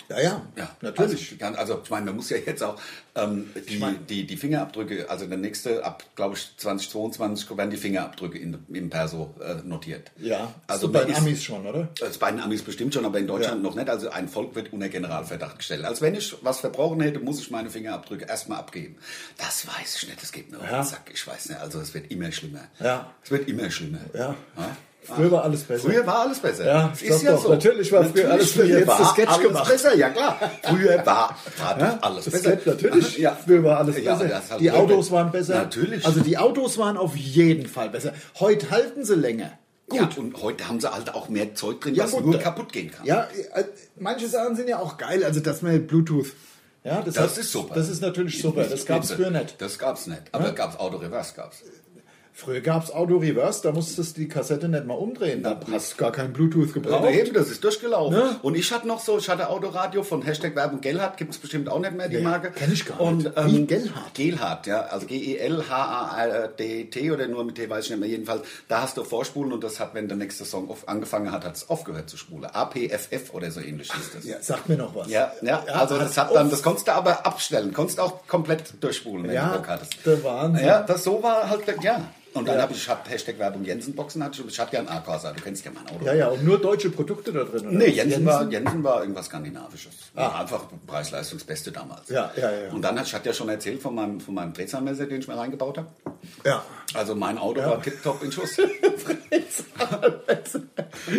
Ja, ja,
Ja,
natürlich.
Also, ganz- also ich meine, man muss ja jetzt auch ähm, die, die, die Fingerabdrücke, also der nächste, ab glaube ich 2022 werden die Fingerabdrücke in, im Perso äh, notiert.
ja,
also
also
man
bei den
ist-
Amis schon, oder?
Das bei den Amis bestimmt schon, aber in Deutschland
Ja.
noch nicht. Also ein Volk wird unter Generalverdacht gestellt. Als wenn ich was verbrochen hätte, muss ich meine Fingerabdrücke erstmal abgeben. Das weiß ich nicht, das geht mir auf
Ja.
den Sack. Ich weiß nicht, also es wird immer schlimmer.
Ja.
Es wird immer schlimmer.
Ja. Früher war alles besser.
Ah. Früher war alles besser.
Ja,
Das
ich sag doch, natürlich war früher alles besser.
früher
Jetzt
war
das Sketch
alles
gemacht.
besser, ja klar. Früher war, war doch alles
das
besser.
Klappt natürlich.
Ja.
Früher war alles
Ja,
besser.
das ist halt
die
blöd.
Autos waren besser.
Natürlich.
Also die Autos waren auf jeden Fall besser. Heute halten sie länger.
Gut. Ja, und heute haben sie halt auch mehr Zeug drin, was
gut,
nur
da-
kaputt gehen kann.
Ja, äh, manche Sachen sind ja auch geil. Also dass man Bluetooth. Ja, das,
Das
hat-
ist super.
Das ist natürlich super. Das gab es früher nicht.
Das gab's nicht. Aber gab's Auto Reverse gab's.
Früher gab es Auto-Reverse, da musstest du die Kassette nicht mal umdrehen. Da hast gar kein Bluetooth gebraucht.
Eben, das ist durchgelaufen.
Ne?
Und ich hatte noch so, ich hatte Autoradio von Hashtag Werbung Gelhardt, gibt es bestimmt auch nicht mehr die
Ja,
Marke.
kenn ich gar
Und,
nicht.
ähm,
Wie, Gelhardt?
Gelhardt, ja. Also G-E-L-H-A-D-T oder nur mit T, weiß ich nicht mehr. Jedenfalls, da hast du vorspulen und das hat, wenn der nächste Song auf, angefangen hat, hat es aufgehört zu spulen. APFF oder so ähnlich hieß das.
Ja, sagt mir noch was.
Ja, ja, also das hat dann, das konntest du aber abstellen, konntest auch komplett durchspulen, wenn
Ja,
du Bock hattest.
der Wahnsinn.
Ja, das so war halt, ja. Und dann habe ich, hab Hashtag Werbung Jensenboxen hatte ich und ich hatte ja einen A-Corsa, du kennst ja mein Auto.
Ja, ja, und nur deutsche Produkte da drin. Oder?
Nee, Jensen, War, Jensen war irgendwas Skandinavisches. War
Ah.
einfach Preis-Leistungs-Beste damals.
Ja, ja, ja.
Und dann, hat, ich hatte ja schon erzählt von meinem, von meinem Drehzahlmesser, den ich mir reingebaut habe.
Ja.
Also mein Auto war tipptopp in Schuss.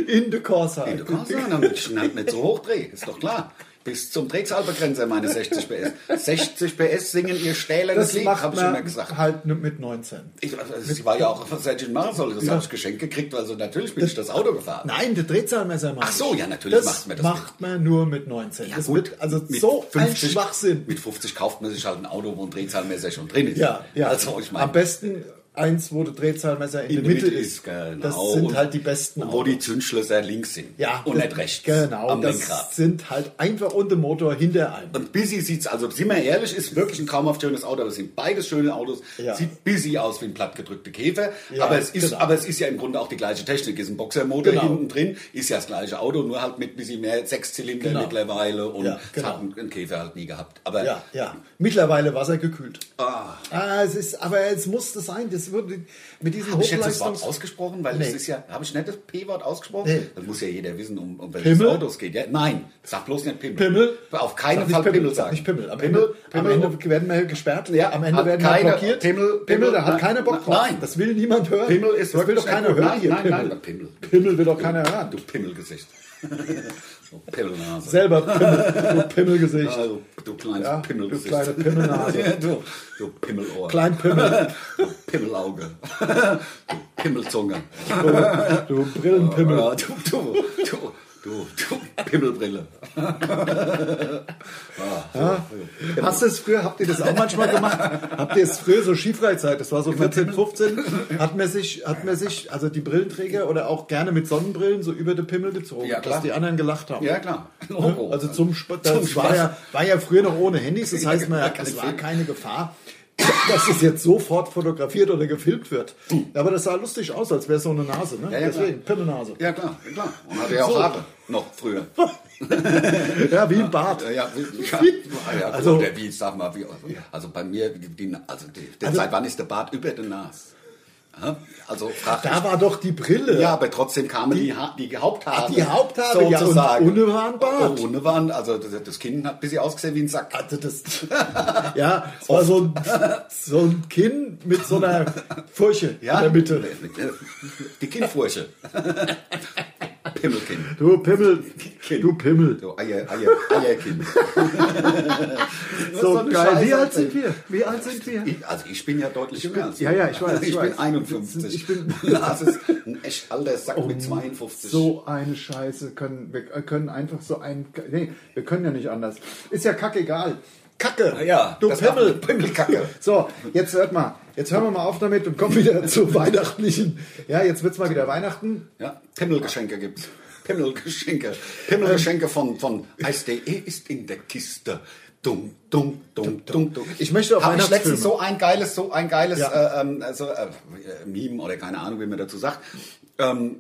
In the halt. Corsa.
Hey, du kannst ja damit schneid nicht halt so hoch dreh, ist doch klar. Bis zum Drehzahlbegrenzer meine 60 PS. 60 PS singen ihr stählernes
Das
Lied,
macht
habe ich schon mal
man
gesagt.
halt mit 19.
Ich, also, ich war ja auch, was ich machen sollte, das habe ich geschenkt gekriegt, also natürlich bin ich das Auto gefahren.
Nein, der Drehzahlmesser macht.
Ach so, ja, natürlich
das
macht man das
macht man nur mit 19. das wird also
mit
so ein Schwachsinn.
Mit 50 kauft man sich halt ein Auto, wo ein Drehzahlmesser schon drin ist.
Ja, ja.
Also ich
Am
meine,
besten eins, wo der Drehzahlmesser in, der Mitte, ist.
genau.
Das sind
Und
halt die besten
Wo die Zündschlösser halt links sind
ja,
und
das-
nicht rechts
Genau,
am
das
Lenkrad.
sind halt einfach und der Motor hinter einem.
Und Busy sieht's, also sind wir ehrlich, ist wirklich ein traumhaft schönes Auto, aber es sind beides schöne Autos.
Ja.
Sieht busy aus wie ein plattgedrückter Käfer,
Ja,
aber, es ist,
genau.
aber es ist ja im Grunde auch die gleiche Technik. Ist ein Boxermotor
Genau.
hinten drin, ist ja das gleiche Auto, nur halt mit ein bisschen mehr Sechszylinder
Genau.
mittlerweile und
Ja,
das
genau.
hat ein, ein Käfer halt nie gehabt. Aber
Ja, ja. Mittlerweile wassergekühlt. Ah. es ist, aber es musste sein. Das würde mit diesen
habe ich jetzt das Wort
Hochleistungs...
ausgesprochen, weil
Nee.
es ist ja, habe ich nicht das P-Wort ausgesprochen?
Nee.
Das muss ja jeder wissen, um, um welches
Pimmel?
Auto es geht. Ja? Nein, sag bloß nicht Pimmel.
Pimmel?
Auf keinen
Sag nicht
Fall Pimmel,
sag
sagen.
Nicht Pimmel. Am,
Pimmel,
Ende,
Pimmel,
am Ende werden wir gesperrt.
Ja,
am Ende
hat
werden wir
keiner-
blockiert.
Pimmel, Pimmel,
da hat
nein,
keiner Bock drauf.
nein.
Das will niemand hören.
Pimmel ist
das will
wirklich
doch keiner
nicht gut.
hören
Nein,
hier.
nein,
Pimmel.
nein, Pimmel.
Pimmel will doch keiner hören.
Du Pimmelgesicht. du Pimmelnase.
Selber Pimmel, du Pimmelgesicht.
Also, du kleines
Ja,
Pimmelgesicht.
du kleine Pimmelnase.
ja, du, du Pimmelohr.
Klein Pimmel.
Du Pimmelauge. Du Pimmelzunge.
Du Brillenpimmel.
Ja, du, du, du, du, du Pimmelbrille. Ah.
Hast du es früher, habt ihr das auch manchmal gemacht? habt ihr es früher so Skifreizeit, das war so 14, 15, hat man sich, hat man sich, also die Brillenträger oder auch gerne mit Sonnenbrillen so über den Pimmel gezogen,
Ja, klar.
dass die anderen gelacht haben.
Ja, klar. Oh.
Ne? Also zum, Sp das
Zum
war,
Spaß.
ja, war ja früher noch ohne Handys, das heißt, man,
Ja, kein
es war
Film.
keine Gefahr, dass es jetzt sofort fotografiert oder gefilmt wird. Aber das sah lustig aus, als wäre so eine Nase, ne?
Ja, ja,
Deswegen, Pimmelnase.
Ja, klar, ja, klar. Und hatte ja auch
So.
Haare noch früher.
Ja, wie ein Bart.
Ja, ja, ja, ja also,
Also-
gut, der, wie ich sag mal, wie, also, also bei mir, die, die, also die, der
Also-
seit wann ist der Bart über der Nase? Ja? Also frag
Da war doch die Brille.
Ja, aber trotzdem kamen die, ha die Haupthaare.
Ach, Ah, die Haupthaare, ja, und ohne war ein Bart.
Oh, Ohne waren, also das, das Kinn hat ein bisschen ausgesehen wie ein Sack.
Also das, ja, es war so ein, so ein Kinn mit so einer Furche in der Mitte.
Die Kinnfurche. Pimmelkinn.
Du Pimmel, du Pimmel.
So Eier, Eier, Eierkinn.
So
eine
geil. Wie
Scheiße
alt sind wir? Wie alt sind wir?
Ich, also ich bin ja deutlich jünger als
ja,
du.
ja, ich weiß,
Ich,
ich
bin
weiß.
51.
Ich bin- Oh,
Lars ist ein echt alter Sack mit 52.
So eine Scheiße können wir äh, können einfach so ein nee, wir können ja nicht anders. Ist ja kackegal. Kacke.
Ja,
du
das darf
Pimmel.
man- Pimmelkacke.
So, jetzt hört mal. Jetzt hören wir mal auf damit und kommen wieder zu weihnachtlichen. Ja, jetzt wird's mal wieder Weihnachten.
Ja, Pimmelgeschenke gibt's.
Ähm.
Pimmelgeschenke. Pimmelgeschenke von, von Eis.de E ist in der Kiste. Dumm, dumm, dumm, dumm, dumm.
Ich möchte auf
Hab ich
Weihnachtsfilme.
letztens so ein geiles, so ein geiles
Ja.
äh, ähm, also, äh, Meme oder keine Ahnung, wie man dazu sagt. Ähm,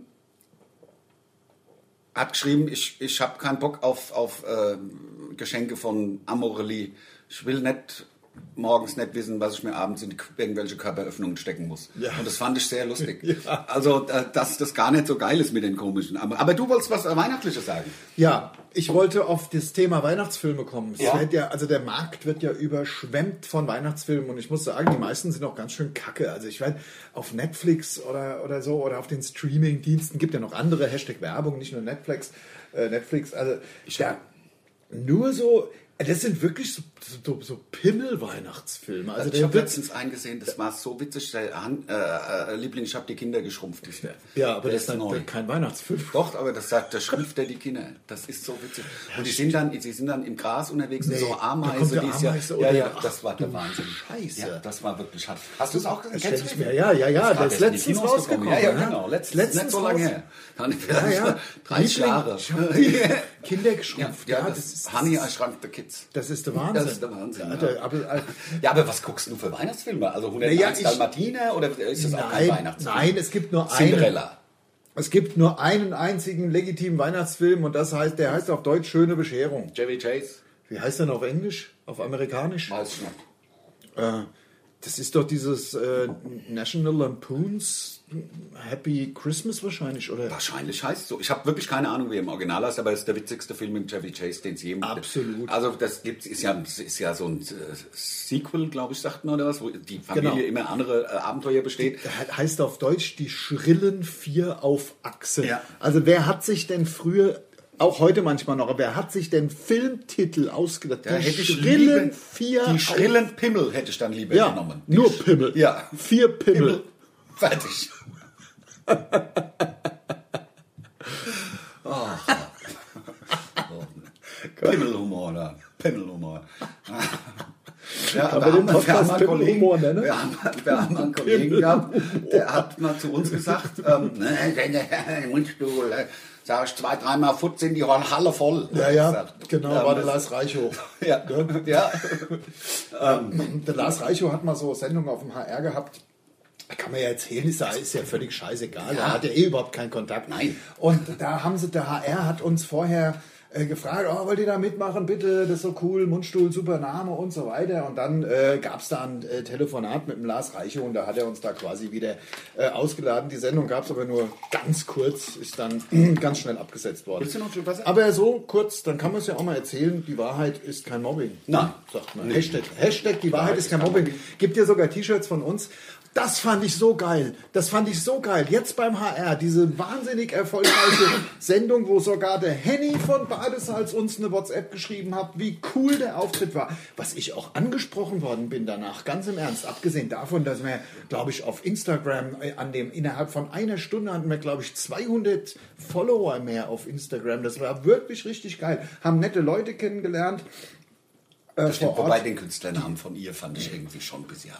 hat geschrieben, ich, ich habe keinen Bock auf, auf ähm, Geschenke von Amorelie. Ich will nicht morgens nicht wissen, was ich mir abends in die, irgendwelche Körperöffnungen stecken muss.
Ja.
Und das fand ich sehr lustig.
Ja.
Also, äh, dass das gar nicht so geil ist mit den komischen. Aber, aber du wolltest was Weihnachtliches sagen.
Ja, ich wollte auf das Thema Weihnachtsfilme kommen. Es
Ja.
Wird ja, also der Markt wird ja überschwemmt von Weihnachtsfilmen und ich muss sagen, die meisten sind auch ganz schön kacke. Also ich weiß, auf Netflix oder, oder so oder auf den Streaming-Diensten gibt ja noch andere Hashtag Werbung, nicht nur Netflix. Äh, Netflix, also ja, nur so Das sind wirklich so, so, so Pimmel-Weihnachtsfilme. Also
ich
der
habe
Witz.
letztens eingesehen, das war so witzig. Der Han, äh, äh, Liebling, ich habe die Kinder geschrumpft. Ist der.
Ja, aber
der
das
ist
ist dann
neu.
kein Weihnachtsfilm.
Doch, aber das sagt, da schrumpft er die Kinder. Das ist so witzig. Und die sind dann, sie sind dann im Gras unterwegs und
Nee,
so
da kommt
Ameise,
der
die ist ja,
Ameise
ja,
oder-
ja,
Ach,
das war der
du
Wahnsinn.
Scheiße.
Ja, das war wirklich hart. Hast du es auch gesehen?
Stell
Kennst du
ich
den?
mir, ja, ja, ja,
Das
der
war erst
ist
in die
letztens
Kinos
rausgekommen.
gekommen. Ja,
ne?
ja, genau. Letzt,
letztens
nicht so lange
raus-
her. Dann,
Ja, ja.
30
Liebling,
Jahre.
Ich hab die Kinder geschrumpft.
Ja,
Ja,
das,
das ist- äh,
Honey, I Shrunk the Kids.
Das ist der Wahnsinn.
Das ist der Wahnsinn,
Alter,
ja.
aber, äh,
Ja, aber was guckst du für Weihnachtsfilme? Also 101
Naja, ich-
Dalmatiner oder ist das auch kein
nein,
Weihnachtsfilm?
nein, es gibt nur einen.
Cinderella.
Es gibt nur einen einzigen legitimen Weihnachtsfilm und das heißt, der heißt auf Deutsch Schöne Bescherung.
Chevy Chase.
Wie heißt der denn auf Englisch? Auf Amerikanisch?
Weiß ich nicht.
Äh, das ist doch dieses äh, National Lampoons Happy Christmas wahrscheinlich, oder?
Wahrscheinlich heißt es so. Ich habe wirklich keine Ahnung, wie er im Original heißt, aber es ist der witzigste Film mit Chevy Chase, den es je
Absolut.
Also das gibt's, ist ja, ist ja so ein äh, Sequel, glaube ich, sagt man oder was, wo die Familie
Genau.
immer andere äh, Abenteuer besteht.
He- heißt auf Deutsch die schrillen vier auf Achse.
Ja.
Also wer hat sich denn früher, auch heute manchmal noch, aber wer hat sich denn Filmtitel ausgedacht?
Da hätte ich
schrillen
lieber-
vier
Die
auf-
schrillen Pimmel hätte ich dann lieber
ja,
genommen.
Nur Pimmel.
Ja.
Vier Pimmel.
Fertig. Ah. oh. Pimmelhumor da. Pimmelhumor. Ja,
Kann man
wir
den
haben- wir
Podcast
haben einen
Pimmelhumor
Kollegen-
nennen?
Wir haben, wir haben einen Kollegen gehabt, der hat mal zu uns gesagt, ähm, ne, Mundstuhl, äh, sag ich zwei, dreimal Futz in die Halle voll.
Ja, ja,
Sagt,
genau,
ähm,
war der Lars Reichow.
Ja, ja.
Der Lars Reichow hat mal so Sendungen auf dem HR gehabt. Kann man ja erzählen, ist ja, ist ja völlig scheißegal.
Ja.
Er hat ja eh überhaupt keinen Kontakt.
Nein.
Und da haben sie, der HR hat uns vorher äh, gefragt, oh, wollt ihr da mitmachen, bitte, das ist so cool, Mundstuhl, super Name und so weiter. Und dann äh, gab es da ein äh, Telefonat mit dem Lars Reichow und da hat er uns da quasi wieder äh, ausgeladen. Die Sendung gab es aber nur ganz kurz, ist dann ganz schnell abgesetzt worden.
Willst du noch ein Stück Wasser?
Aber so kurz, dann kann man es ja auch mal erzählen, die Wahrheit ist kein Mobbing.
Nein.
Sagt man. Hashtag, Hashtag die Wahrheit ist kein Mobbing. Gibt dir sogar T-Shirts von uns. Das fand ich so geil. Das fand ich so geil. Jetzt beim HR, diese wahnsinnig erfolgreiche Sendung, wo sogar der Henny von Badesalz uns eine WhatsApp geschrieben hat, wie cool der Auftritt war. Was ich auch angesprochen worden bin danach, ganz im Ernst. Abgesehen davon, dass wir, glaube ich, auf Instagram äh, an dem, innerhalb von einer Stunde hatten wir, glaube ich, 200 Follower mehr auf Instagram. Das war wirklich richtig geil. Haben nette Leute kennengelernt. Äh,
Das stimmt,
vor Ort.
wobei den Künstlernamen von ihr fand ich irgendwie schon ein bisschen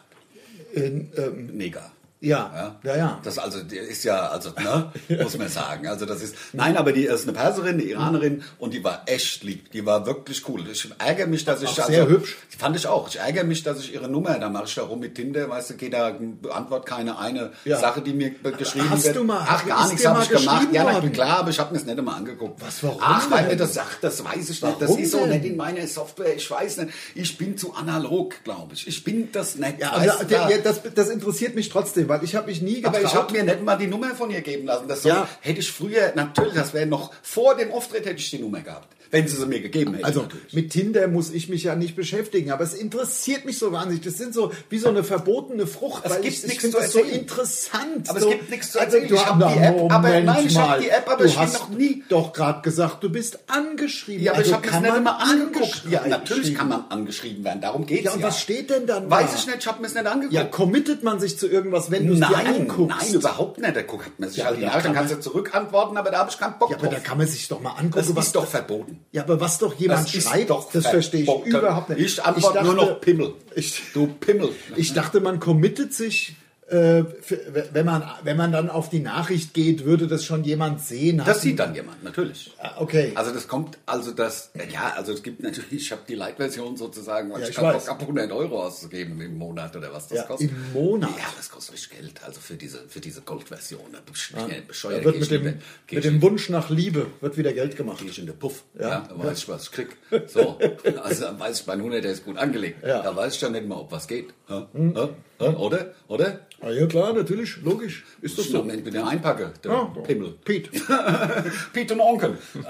mega.
Ja, ja, ja.
Das also die ist ja, also, ne, muss man sagen. Also das ist. Nein, aber die ist eine Perserin, eine Iranerin und die war echt lieb. Die war wirklich cool. Ich ärgere mich, dass ich. also,
Auch sehr hübsch.
Fand ich auch. Ich ärgere mich, dass ich ihre Nummer, da mache ich da rum mit Tinder, weißt du, geht da beantwortet keine eine
Ja.
Sache, die mir be- geschrieben
hast
wird.
du mal-
Ach, gar
ist
nichts
dir
habe
mal
ich gemacht.
geschrieben
Ja, na
worden?
klar, aber ich habe mir das nicht einmal angeguckt.
Was, warum
Ach, weil
denn?
mir das sagt, das weiß ich nicht. Das
Warum
ist so
denn?
nicht in meiner Software. Ich weiß nicht. Ich bin zu analog, glaube ich. Ich bin das nicht.
Ja,
weißt
aber
du, da-
der, ja, das, das interessiert mich trotzdem, weil ich habe mich nie getraut.
aber ich habe mir nicht mal die Nummer von ihr geben lassen. Das soll-
Ja.
hätte ich früher, natürlich, das wäre noch vor dem Auftritt hätte ich die Nummer gehabt, wenn sie sie mir gegeben hätte.
also
natürlich.
mit Tinder muss ich mich ja nicht beschäftigen, aber es interessiert mich so wahnsinnig. Das sind so wie so eine verbotene Frucht.
Es
weil
gibt
ich, ich
nichts
finde
zu
das so
erzählen.
interessant.
Aber es
so,
gibt nichts zu
Also,
erzählen.
du
Ich
hast-
hab die
Na,
App, aber
Moment
nein, ich hab
mal.
die App, aber
du
ich bin
hast
noch nie-
doch gerade gesagt, du bist angeschrieben.
ja, aber
also
ich habe das
kann
nicht
man
immer angeguckt.
angeschrieben-
Ja, natürlich kann man angeschrieben werden. Darum geht's
Ja, und was steht denn dann
Weiß
da?
ich nicht, ich habe mir es nicht angeguckt.
Ja, committet man sich zu irgendwas, wenn du es dir
nein,
anguckst?
nein, überhaupt nicht. Da guckt man sich
Ja,
halt die
aber da
Nachricht, dann
kann
kannst du zurückantworten, aber da habe ich keinen Bock
Ja, aber
drauf.
da kann man sich doch mal angucken,
das
was
ist doch verboten.
Ja, aber was doch jemand
Das ist
schreibt,
doch
das verstehe ich
verboten.
überhaupt nicht.
Ich antworte nur noch Pimmel.
Ich,
Du Pimmel.
ich dachte, man committet sich, äh, für, wenn, man, wenn man dann auf die Nachricht geht, würde das schon jemand sehen.
Das
Hat-
sieht dann jemand, natürlich.
Ah, Okay.
Also das kommt, also das, ja, also es gibt natürlich, ich habe die Light-Version sozusagen, weil
Ja,
ich
ich
keinen
weiß.
Bock habe, 100 Euro auszugeben im Monat oder was das
Ja,
kostet.
im Monat?
Ja, das kostet richtig Geld, also für diese, für diese Gold-Version. Da bin ich bescheuert.
da wird
Geh
mit
ich in
dem,
den- geh
mit
ich
dem Wunsch nach Liebe wird wieder Geld gemacht.
gehe ich in den Puff.
Ja.
Ja. da weiß ich, was ich krieg. So, also dann weiß ich, mein 100 der ist gut angelegt.
Ja. Hm.
Da weiß ich ja nicht mal, ob was geht. Ja, ja, ja, Oder? Oder?
Ah, ja, klar, natürlich, logisch. Ist das
Ich noch
so?
mit dem einpacke, der
Ja,
Pimmel.
Piet.
Piet und Onkel.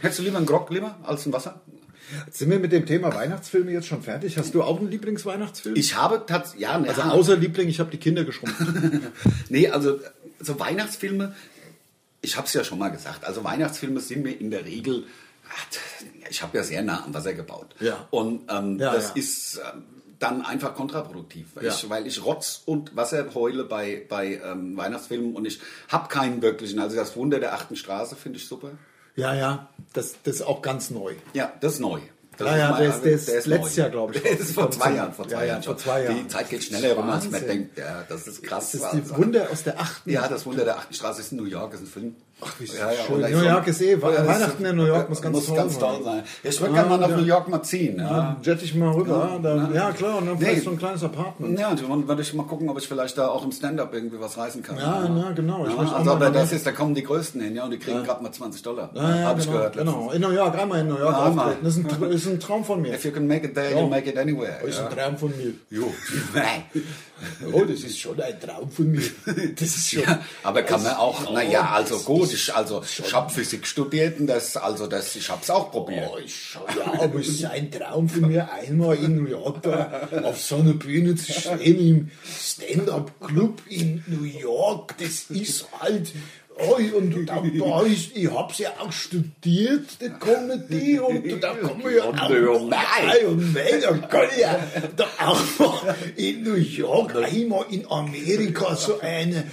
Hättest du lieber einen Grog lieber als ein Wasser?
Sind wir mit dem Thema Weihnachtsfilme jetzt schon fertig? Hast du auch einen Lieblingsweihnachtsfilm?
Ich habe tatsächlich, ja, ne,
also
ja.
außer Liebling, ich habe die Kinder geschrumpft.
Nee, also so Weihnachtsfilme, ich habe es ja schon mal gesagt, also Weihnachtsfilme sind mir in der Regel, ah, ich habe ja sehr nah am Wasser gebaut.
Ja.
Und ähm,
Ja,
das
ja.
ist ähm, dann einfach kontraproduktiv, weil,
Ja.
ich, weil ich Rotz und Wasser heule bei, bei ähm, Weihnachtsfilmen und ich habe keinen wirklichen. Also das Wunder der achten Straße finde ich super.
Ja, ja, das, das ist auch ganz neu.
Ja, das ist neu. Das
Ja, ja,
mal-
der ist- der ist letztes
neu.
Jahr, glaub ich,
Der ist vor zwei
rausgekommen.
Jahren, vor zwei
Ja, ja,
Jahren
vor
schon.
zwei Jahren.
Die Zeit geht schneller rum, als man
Wahnsinn.
denkt. Ja, das ist krass.
Das ist die
Wahnsinn.
Wunder aus der achten.
Ja, das Wunder der achten Straße ist in New York, ist ein Film. Ach,
wie
ja,
schön.
und da
New
so-
York ist eh-
Ja, das
Weihnachten in New York muss ganz toll
toll
sein. Ah,
sein. Ja, Ich würde gerne mal nach
ja.
New York mal ziehen. Ja.
Ja, jette ich mal rüber. Ja, dann, ja klar, und dann
Ähm, genau. Nee.
vielleicht so ein kleines Apartment.
Ja, und dann würde ich mal gucken, ob ich vielleicht da auch im Stand-Up irgendwie was reißen kann.
Ja, na, genau. Ich
Ja,
möchte auch
also,
mal
aber
mal-
das ist, da kommen die Größten hin, ja, und die kriegen gerade mal 20 Dollar.
Ja, ja,
Habe
genau,
Hm, ich gehört. letztens.
Genau, in New York, einmal in New York
Ja, einmal.
auftreten. Das ist ein, Tr- ist ein Traum von mir.
If you can make it there, you
Ja.
make it anywhere.
Das ist
ja.
ein Traum von mir.
Jo.
Oh, das ist schon ein Traum von mir. Das ist schon. Oh,
Ja, aber kann man auch, na ja, also
das
gut,
ist
ich, also, ich habe Physik studiert und das, also das, ich hab's auch probiert.
Oh, ich schau, ja, aber es ist ein Traum von mir, einmal in New York da auf so einer Bühne zu stehen im Stand-Up-Club in New York. Das ist halt. Oh, und da, da ist, ich hab's ja auch studiert, die Comedy, und da kann man ja auch.
Und, oh, nein.
Ei, oh nein, da kann ich ja da auch mal in New York, einmal in Amerika so eine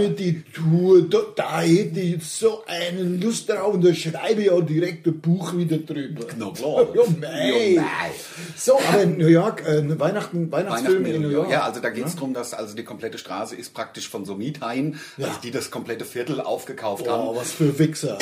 Comedy-Tour, da, da hätte ich jetzt so eine Lust drauf und da schreibe ich auch direkt ein Buch wieder drüber.
Na klar.
Ja, mei.
Ja, mei.
So, aber in New York, äh, Weihnachten,
Weihnachten
Weihnachtsfilme in New York.
Ja, also da geht's drum, dass also die komplette Straße ist praktisch von so Miethaien, also die das komplette Viertel aufgekauft
Oh, was für Wichser.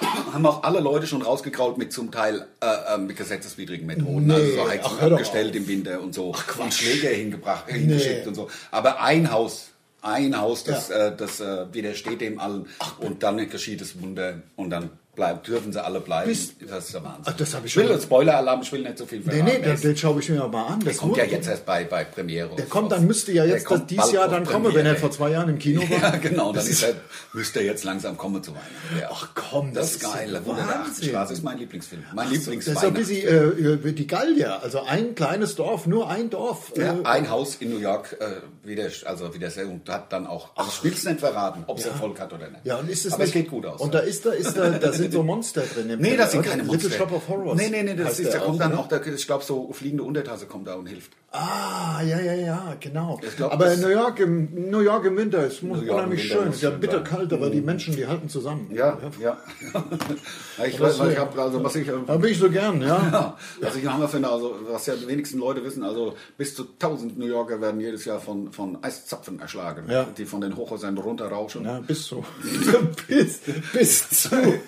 haben. Haben auch alle Leute schon rausgekraut mit zum Teil äh, ähm, mit gesetzeswidrigen Methoden.
Nee,
also so Heizung
ach, hör doch
abgestellt im Winter und so. und Schläger hingebracht, äh, hingeschickt und so. Aber ein Haus, ein Haus, das,
Ja.
äh, das äh, widersteht dem allen. und dann geschieht das Wunder und dann bleibt, dürfen sie alle bleiben.
Bis-
das ist der Wahnsinn.
Ach, das hab ich
will
schon-
einen Spoiler-Alarm, ich will nicht so viel
Nee, nee,
verraten.
das, das schaue ich mir ja mal an. Das
kommt
wurde-
ja jetzt erst bei, bei Premiere.
Der kommt, dann müsste ja jetzt das, dieses Jahr dann kommen, wenn er vor zwei Jahren im Kino war.
Ja, genau, dann ist er, müsste er jetzt langsam kommen zu Weihnachten. Ja.
Ach komm,
das, ist
das ist
geil.
ja
Wunder der
Wahnsinn.
80 Straße ist mein Lieblingsfilm. Mein
Das ist so ein bisschen
Lieblingsweihnachten.
äh, die Gallier, also ein kleines Dorf, nur ein Dorf.
Ja,
äh,
ein Haus in New York, äh, wieder, also wieder sehr, und hat dann auch, also ich will es nicht verraten, ob es Erfolg hat oder nicht.
ja, und ist es
Aber
nicht,
es geht gut aus.
Und
ja.
da ist da, ist da, da sind so Monster drin. Im
nee,
Trailer,
das sind
oder?
keine Monster.
Little Shop of Horrors.
Nee, nee, nee, das
heißt
ist, da
der
kommt
auch, ne?
dann
oder?
auch, der, ich glaube, so fliegende Untertasse kommt da und hilft.
Ah, ja, ja, ja, genau.
glaub,
aber
das-
in New York im, New York im Winter ist muss
New York im
unheimlich
Winter
schön.
muss
Ist ja
schön
bitterkalt, aber die Menschen, die halten zusammen.
Ja, ja. ich
Das
weiß,
ist-
ich hab, also, was ich,
Da bin ich so gern, ja.
Ja, was ich Hammer finde, also was ja die wenigsten Leute wissen, also bis zu 1000 New Yorker werden jedes Jahr von, von Eiszapfen erschlagen,
Ja.
die von den Hochhäusern runterrauschen.
Ja, bis zu. bis, bis zu.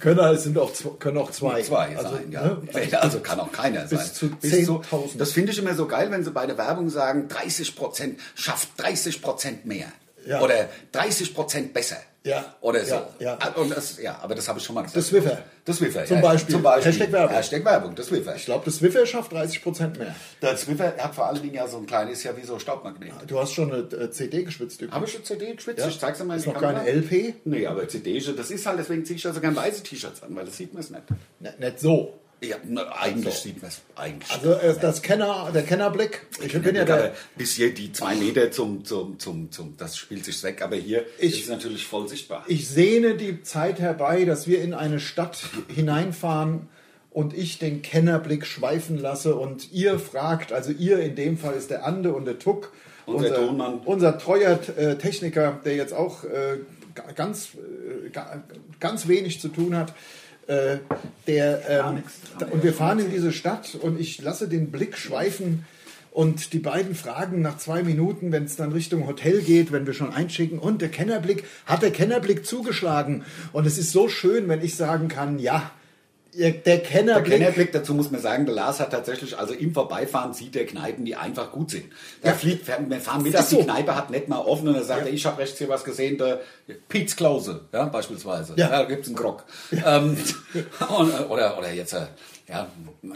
Können, also sind auch, zw- können auch zwei.
Zwei
also,
sein, ja.
ne?
Also kann auch keiner
Bis
sein.
zu 10.000.
Das finde ich immer so geil, wenn sie bei der Werbung sagen, 30 Prozent schafft 30 Prozent mehr.
Ja.
Oder 30 Prozent besser.
Ja.
Oder so. Ah,
Ja, ja.
Und das, ja, aber das habe ich schon mal gesagt.
Das Swiffer.
Das Wiffer.
Zum
ja.
Beispiel.
Zum Beispiel.
Hashtag Werbung.
Hashtag Werbung, das Wiffer.
Ich glaube, das Wiffer schafft 30% mehr.
Das Wiffer hat vor allen Dingen ja so ein kleines, ist ja wie so ein Staubmagnet.
Du hast schon eine äh, CD geschwitzt. übrigens.
Habe ich eine CD geschwitzt?
Ja.
Ich zeig's dir mal in
Ist
die
noch
Kamera.
keine LP?
Nee, aber CD, ist- das ist halt, deswegen ziehe ich also gerne weiße T-Shirts an, weil das sieht man es nicht.
Ne- Nicht so.
Ja, na, eigentlich
So.
sieht man es. Eigentlich.
Also äh, das Kenner, der Kennerblick. Ich bin ja
aber
der.
bis hier die zwei Meter zum, zum, zum, zum, das spielt sich weg, aber hier
Ich-
ist es natürlich voll sichtbar.
Ich sehne die Zeit herbei, dass wir in eine Stadt hineinfahren und ich den Kennerblick schweifen lasse und ihr fragt, also ihr in dem Fall ist der Ande und der Tuck,
Unser Tonmann.
unser treuer äh, Techniker, der jetzt auch äh, ga- ganz, äh, ga- ganz wenig zu tun hat. Äh, der, ähm, da- und wir fahren in diese Stadt und ich lasse den Blick schweifen und die beiden fragen nach zwei Minuten, wenn es dann Richtung Hotel geht, wenn wir schon einschicken. Und der Kennerblick, hat der Kennerblick zugeschlagen? Und es ist so schön, wenn ich sagen kann, ja, ihr-
Der
der Kennerblick,
Kennerblick, dazu muss man sagen, der Lars hat tatsächlich, also im Vorbeifahren sieht er Kneipen, die einfach gut sind. Da
Ja.
fliegt, wir fahren mittags,
Ist so.
die Kneipe hat nicht mal offen und dann sagt er, ich habe rechts hier was gesehen, der Pietz Klause, ja, beispielsweise.
Ja.
Ja. da gibt es einen Grog. Ähm, und, äh, oder, oder jetzt, äh, ja,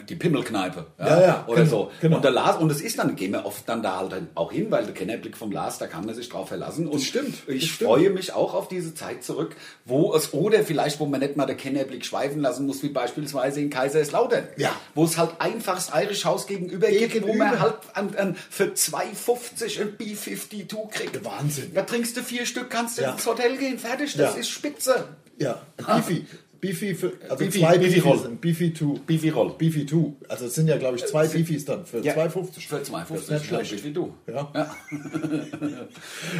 die Pimmelkneipe.
Ja, ja,
oder
genau,
so.
genau.
Und der Lars, und es ist dann, gehen wir oft dann da halt dann auch hin, weil der Kennerblick vom Lars, da kann man sich drauf verlassen. Und
stimmt, das
Ich
stimmt.
freue mich auch auf diese Zeit zurück, wo es, oder vielleicht, wo man nicht mal den Kennerblick schweifen lassen muss, wie beispielsweise in Kaiserslautern.
Ja.
Wo es halt einfach das Irish House gegenüber, gibt, wo man
Gegenüber.
halt an, an, für 2,50 ein B52 kriegt.
Wahnsinn.
Da trinkst du vier Stück, kannst du
Ja.
ins Hotel gehen, fertig, das
Ja.
ist spitze.
ja, Bifi, Beefy, für, also
Beefy-
zwei
Beefy
Beefy
Roll.
sind Beefy 2.
Beefy Roll.
Beefy 2. Also es sind ja, glaube ich, zwei Beefys dann für 2,50.
Äh, Für 2,50
Das ist
glaub
nicht
ich,
schlecht.
wie du.
Ja.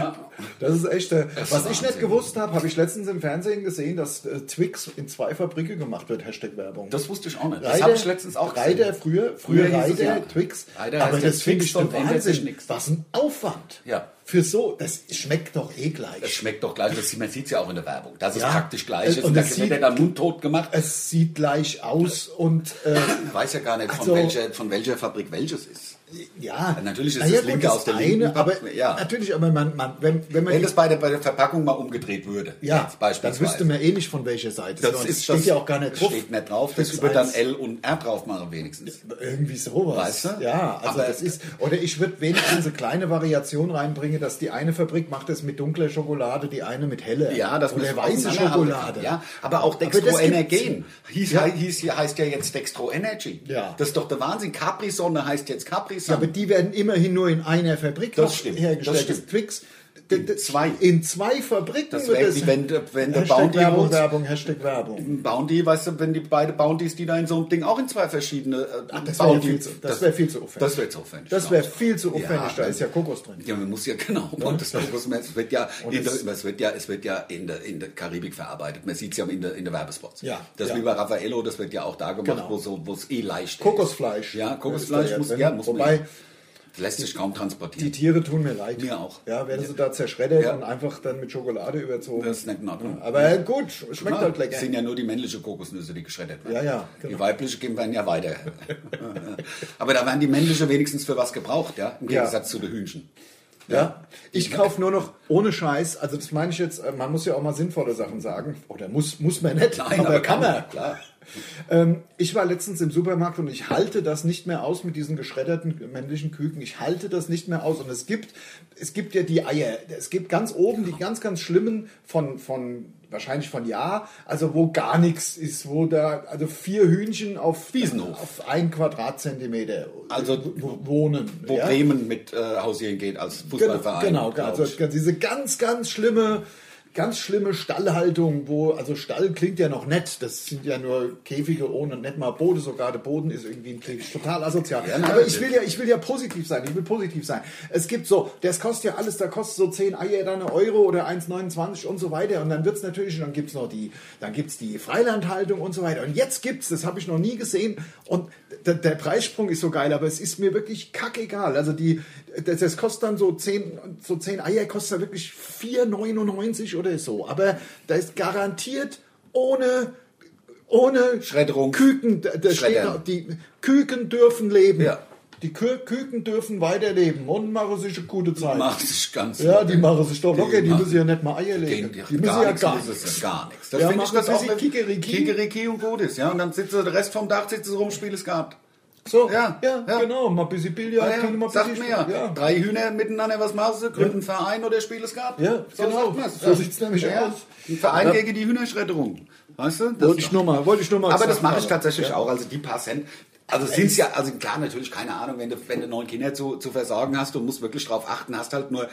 Das ist echt. Äh, was ich nicht
Wahnsinn.
gewusst habe, habe ich letztens im Fernsehen gesehen, dass äh, Twix in zwei Fabriken gemacht wird. Hashtag Werbung.
Das wusste ich auch nicht. Das
Reider-
habe ich letztens auch gesehen.
Reider früher, früher,
Früher hieß es
Reider,
ja.
Twix.
Reider
aber
heißt jetzt
das finde
Twix
ich doch
und ändert sich
Wahnsinn.
nichts.
Was ein Aufwand.
Ja.
Für so, das schmeckt doch eh gleich.
Es schmeckt doch gleich, das, man sieht es ja auch in der Werbung, dass
Ja.
es praktisch gleich ist.
Und
Und da
es
wird
sieht-
ja dann mundtot gemacht.
es sieht gleich aus und äh,
Ich weiß ja gar nicht, von,
Also-
welcher, von welcher Fabrik welches ist.
ja.
Natürlich ist
Na ja,
das
gut,
linke aus der
eine,
linken Pack-
aber
ja.
natürlich, aber man, man, wenn, wenn man
Wenn
die-
das bei der, bei der Verpackung mal umgedreht würde,
ja,
jetzt
dann wüsste man eh nicht von welcher Seite.
das,
Und
ist,
steht
das
ja auch gar nicht drauf.
Steht nicht drauf,
Twix
das würde dann
eins.
L und R drauf machen wenigstens.
Irgendwie sowas.
Weißt du?
Ja, also
Aber-
das ist. Oder ich würde wenigstens eine kleine Variation reinbringen, dass die eine Fabrik macht es mit dunkler Schokolade, die eine mit heller.
Ja, das
Oder
muss
weiße Schokolade.
Ja, aber auch
das gibt's-
Dextro Energen. Hieß,
Ja.
hieß, heißt ja jetzt Dextro Energy.
Ja.
Das ist doch der Wahnsinn. Capri-Sonne heißt jetzt Capri-Sonne.
Ja, aber die werden immerhin nur in einer Fabrik
Das
noch
stimmt,
hergestellt.
das stimmt.
Twix. d- d-
In zwei.
In zwei Fabriken.
Das
wird
wär
das-
wie wenn der- wenn der
Hashtag
Bounty
Werbung,
Rolls-
Werbung, Hashtag Werbung.
Ein Bounty, weißt du, wenn die beide Bounties, die da in so einem Ding auch in zwei verschiedene äh,
das wär ja
Bounty-
viel zu- das wär viel zu aufwendig.
Das wäre zu aufwendig.
Das
genau.
wäre viel zu aufwendig, da
dann-
ist ja Kokos drin.
Ja, man muss ja genau. Und das Kokosmilch es wird ja, in der,
es-
es wird ja, es wird ja in der, in der Karibik verarbeitet. Man sieht es ja in der, in der Werbespots.
Ja,
Das
ja.
wie bei Raffaello, das wird ja auch da gemacht,
Genau.
wo so, wo es eh leicht
Kokosfleisch.
ist. Ja,
Ist
Kokosfleisch
da
muss,
drin.
ja, muss
Wobei,
man, lässt sich kaum
die
transportieren.
Tiere tun mir leid.
Mir auch.
Ja, werden sie da zerschreddert
Ja.
und einfach dann mit Schokolade überzogen.
das ist nicht in Ordnung.
Aber gut, schmeckt halt lecker.
Das sind ja nur die männlichen Kokosnüsse, die geschreddert werden.
Ja, ja,
Die
genau.
weiblichen geben werden ja weiter. Aber da werden die männlichen wenigstens für was gebraucht, ja? Im
Ja.
Gegensatz zu den Hühnchen.
Ja. Ich kaufe nur noch ohne Scheiß, also das meine ich jetzt, äh, man muss ja auch mal sinnvolle Sachen sagen. Oder muss, muss man nicht,
Nein,
aber,
aber kann
kann man.
man, klar.
Ähm, ich war letztens im Supermarkt und ich halte das nicht mehr aus mit diesen geschredderten männlichen Küken. Ich halte das nicht mehr aus. Und es gibt, es gibt ja die Eier. Es gibt ganz oben die ganz, ganz schlimmen von, von wahrscheinlich von ja, also wo gar nichts ist, wo da, also vier Hühnchen auf,
Wiesenhof.
auf ein Quadratzentimeter
Also,
wo- wohnen.
Wo
ja?
Bremen mit äh, hausieren geht als
Genau,
Fußballverein.
genau
glaub
also
ich.
diese ganz, ganz schlimme, ganz schlimme Stallhaltung, wo, also Stall klingt ja noch nett, das sind ja nur Käfige ohne nicht mal Boden, sogar der Boden ist irgendwie ein Käfig, total asozial.
Ja, nein,
Aber
das-
ich will ja, ich will ja positiv sein, ich will positiv sein. Es gibt so, das kostet ja alles, da kostet so 10 Eier, dann eine Euro oder 1,29 und so weiter und dann wird's natürlich, dann gibt's noch die, dann gibt's die Freilandhaltung und so weiter und jetzt gibt's, das habe ich noch nie gesehen und der, der Preissprung ist so geil, aber es ist mir wirklich kackegal. Also die, das, das kostet dann so 10, so 10 Eier kostet dann wirklich 4,99 oder so, aber da ist garantiert ohne ohne
Schredderung.
Küken, da, da steht
Schreddern.
noch, die Küken dürfen leben.
Ja.
Die Kü Küken dürfen weiterleben und machen sich eine gute Zeit.
Macht sich ganz
ja, die
locker.
machen sich doch locker, die,
machen-
müssen ja nicht mal Eier
Den,
legen.
die,
Die,
die
müssen
gar
ja
nichts,
gar
das ist
nichts.
Gar nichts. Das
Ja,
finde ich
machen
das
ein
auch.
bisschen
wenn-
Kikeriki.
Kikeriki und gut ist, ja. Und dann sitzt der Rest vom Dach, sitzt sie rum, Spiel ist gehabt.
So,
Ja,
ja,
ja.
genau, mal ein bisschen Billard,
Ja,
können wir mal
ja,
ein
sagt
bisschen
mir ja.
spielen, ja.
Drei Hühner miteinander, was machst du? Gründen einen Verein oder Spiel es gab?
Ja,
so
genau.
sagt man's.
So sieht's nämlich aus.
Ein Verein
Ja.
gegen die Hühnerschredderung. Weißt du? Das
Wollte ich nur mal, wollte ich nur mal
aber
gesagt
das mache ich
haben.
tatsächlich
Ja.
auch. Also die paar Cent. Also sind ja, also klar, natürlich keine Ahnung, wenn du, wenn du neun Kinder zu, zu versorgen hast und musst wirklich drauf achten, hast halt nur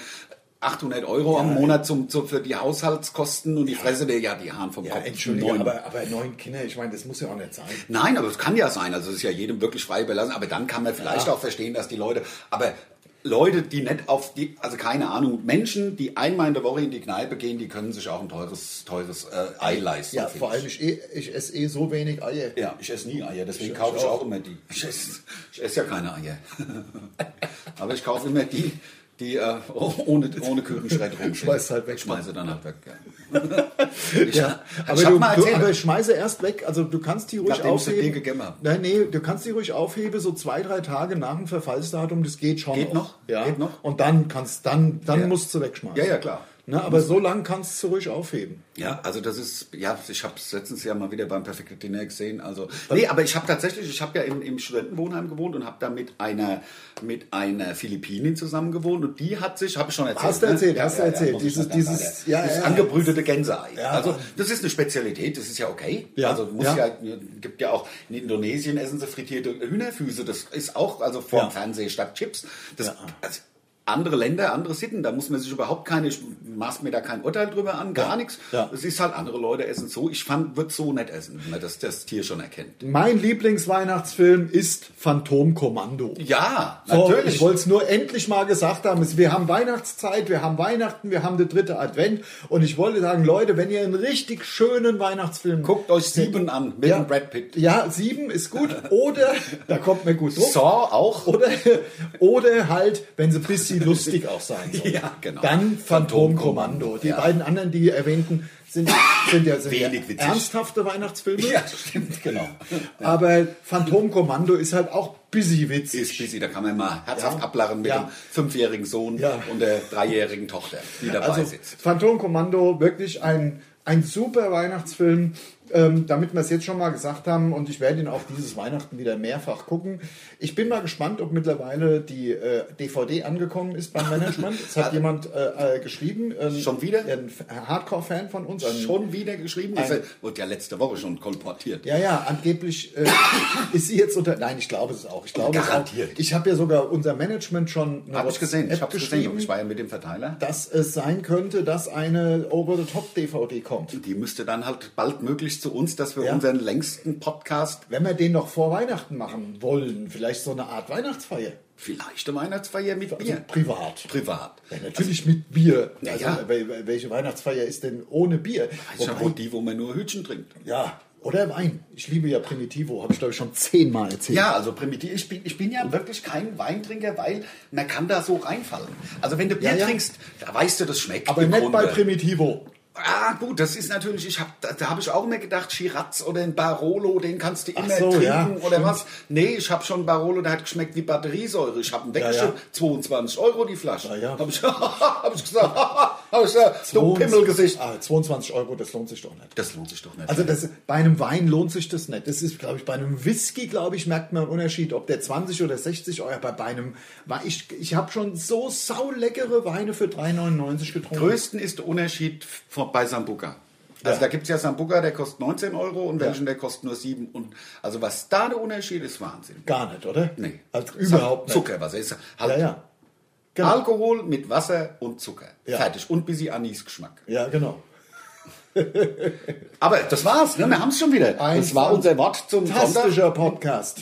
800 Euro am Monat zum, zum, für die Haushaltskosten und die fresse dir ja die Haaren vom
Ja,
Kopf.
Entschuldige,
Neun.
aber, aber neun Kinder, ich meine, das muss ja auch nicht sein.
Nein, aber es kann ja sein. Also es ist ja jedem wirklich frei überlassen. Aber dann kann man vielleicht auch verstehen, dass die Leute, aber Leute, die nicht auf die, also keine Ahnung, Menschen, die einmal in der Woche in die Kneipe gehen, die können sich auch ein teures, teures äh, Ei leisten.
Ja,
finde
vor
ich.
allem, ich, eh, ich esse eh so wenig Eier.
Ja, ich esse nie Eier, deswegen kaufe ich auch immer die. Ich esse, ich esse ja keine Eier. Aber ich kaufe immer die, die äh, ohne, ohne Kükenschreit rumstehen.
Schmeiß halt weg.
Schmeiße dann halt weg, ja. Ich-
Ja,
ich
aber,
hab
du,
mal
du,
erzählt-
aber schmeiße erst weg. Also du kannst die ruhig
Nachdem ich sie dir
aufheben.
gegeben habe.
Nein, nee, du kannst die ruhig aufheben, so zwei, drei Tage nach dem Verfallsdatum. Das geht schon.
Geht noch?
Ja.
Geht noch?
Und dann kannst, dann, dann
Ja.
musst du wegschmeißen.
Ja, ja, klar.
Ne, aber so lang kannst du ruhig aufheben.
Ja, also das ist, ja, ich habe es letztens ja mal wieder beim Perfect Dinner gesehen. Also, nee, aber ich habe tatsächlich, ich habe ja im, im Studentenwohnheim gewohnt und habe da mit einer, mit einer Philippinin zusammen gewohnt und die hat sich, habe ich schon erzählt. ne?
Hast du erzählt, hast du erzählt.
muss ich
Dieses-
dann
dieses-
leider.
ja,
dieses
ja, ja.
angebrütete Gänseei.
Ja.
Also das ist eine Spezialität, das ist ja okay.
Ja,
Also muss ja.
ja.
gibt ja auch, in Indonesien essen sie frittierte Hühnerfüße, das ist auch, also vor
Ja.
dem Fernsehen statt Chips. Das, also, andere Länder, andere Sitten, da muss man sich überhaupt keine, ich maß mir da kein Urteil drüber an, gar nichts.
Ja.
Es ist halt, andere Leute essen so. Ich fand, wird so nicht essen, wenn man das, das Tier schon erkennt.
Mein Lieblingsweihnachtsfilm ist Phantomkommando.
Ja,
So,
natürlich.
Ich wollte es nur endlich mal gesagt haben. Es- Wir haben Weihnachtszeit, wir haben Weihnachten, wir haben den dritten Advent. Und ich wollte sagen, Leute, wenn ihr einen richtig schönen Weihnachtsfilm
Guckt euch sieben an mit
Ja.
dem Brad Pitt.
Ja, sieben ist gut. Oder, da kommt mir gut drauf.
Saw auch.
Oder, oder halt, wenn sie ein bisschen lustig auch sein soll.
Ja, genau.
Dann Phantomkommando. Die
Ja.
beiden anderen, die erwähnten, sind, sind ja sind ja
Wenig witzig.
ernsthafte Weihnachtsfilme.
Ja, stimmt, genau.
Aber Phantomkommando ist halt auch busy witzig.
Ist busy, da kann man mal herzhaft
Ja.
ablachen mit
Ja.
dem fünfjährigen Sohn
Ja.
und der dreijährigen Tochter, die dabei
Also
sitzt.
Phantomkommando, wirklich ein, ein super Weihnachtsfilm. Ähm, damit wir es jetzt schon mal gesagt haben und ich werde ihn auch dieses Weihnachten wieder mehrfach gucken. Ich bin mal gespannt, ob mittlerweile die äh, DVD angekommen ist beim Management. Es hat jemand äh, äh, geschrieben. ähm,
Schon wieder?
Ein F- Hardcore-Fan von uns. Ein,
Schon wieder geschrieben? Das wurde ja letzte Woche schon kolportiert.
Ja, ja, angeblich äh, ist sie jetzt unter. Nein, ich glaube es auch. Ich glaube Es
Garantiert.
auch. Ich habe ja sogar unser Management schon. eine
Habe ich gesehen, ich
WhatsApp
habe gesehen.
geschrieben,
Ich war ja mit dem Verteiler.
dass es sein könnte, dass eine Over-the-Top-DVD kommt.
Die müsste dann halt baldmöglichst zu uns, dass wir
Ja.
unseren längsten Podcast,
Wenn wir den noch vor Weihnachten machen wollen, vielleicht so eine Art Weihnachtsfeier.
vielleicht eine Weihnachtsfeier mit
Also
Bier,
privat.
privat.
Ja, natürlich mit Bier.
Also Ja,
also,
ja. Also
wel- wel- Welche Weihnachtsfeier ist denn ohne Bier?
Das ist ja
Wobei-
wohl die, wo man nur Hütchen trinkt.
ja, oder Wein. Ich liebe ja Primitivo, habe ich glaube ich schon zehnmal erzählt.
Ja, also primitiv. Ich bin, ich bin ja wirklich kein Weintrinker, weil man kann da so reinfallen. Also wenn du Bier
Ja, ja.
trinkst, da weißt du, das schmeckt.
Aber
im
nicht bei
Grunde.
Primitivo.
Ah, gut, das ist natürlich, ich hab, da, da habe ich auch immer gedacht, Shiraz oder ein Barolo, den kannst du
Ach
immer
so,
trinken
ja,
oder
stimmt.
was. Nee, ich habe schon Barolo, der hat geschmeckt wie Batteriesäure. Ich habe ihn weggeschickt,
ja.
22 Euro die Flasche.
Ja, ja.
Habe ich, hab ich gesagt, hab ich gesagt du Pimmelgesicht.
Ah, 22 Euro, das lohnt sich doch nicht.
Das lohnt sich doch nicht.
Also das, bei einem Wein lohnt sich das nicht. Das ist, glaube ich, bei einem Whisky, glaube ich, merkt man einen Unterschied, ob der 20 oder 60 Euro, aber bei einem, Wein- ich, ich habe schon so sauleckere Weine für 3,99 getrunken.
größten ist der Unterschied von, bei Sambuca. Also
Ja.
da gibt es ja Sambuca, der kostet 19 Euro und welchen, der kostet nur 7. Und, also was da der Unterschied ist, Wahnsinn.
Gar nicht, oder?
Nee.
Also überhaupt nicht.
Zuckerwasser ist halt
Ja, ja. Genau.
Alkohol mit Wasser und Zucker.
Ja.
Fertig. Und bisschen Anisgeschmack.
Ja, genau.
Aber das war's, ne? wir haben es schon wieder. das war unser Wort zum Sonntag.
Fantastischer Podcast.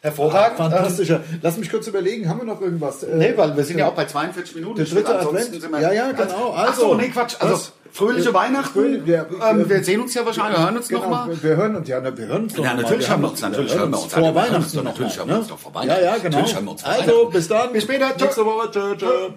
Hervorragend.
Fantastischer. Lass mich kurz überlegen, haben wir noch irgendwas? Äh,
Nee, weil wir sind ja auch bei 42 Minuten.
Der
Ich würde
dritte
ansonsten
Advent?
sind wir-
Ja, ja, genau.
Ach
Also,
so, nee, Quatsch. Also,
was?
fröhliche
Äh,
Weihnachten.
fröhlich- wir-
ähm, wir sehen uns ja wahrscheinlich, hören uns
Genau,
nochmal.
wir, wir hören uns ja, ne, wir hören uns doch
Ja,
noch mal.
natürlich hören wir uns, natürlich hören wir uns.
vor
Natürlich hören wir uns doch,
Weihnachten noch
natürlich
mal,
hören wir
ne?
uns doch vor Weihnachten.
Ja, ja, genau.
Natürlich hören wir uns vor
also,
Weihnachten.
bis dann.
Bis später. Tschö.
Nächste Woche. Tschö, tschö.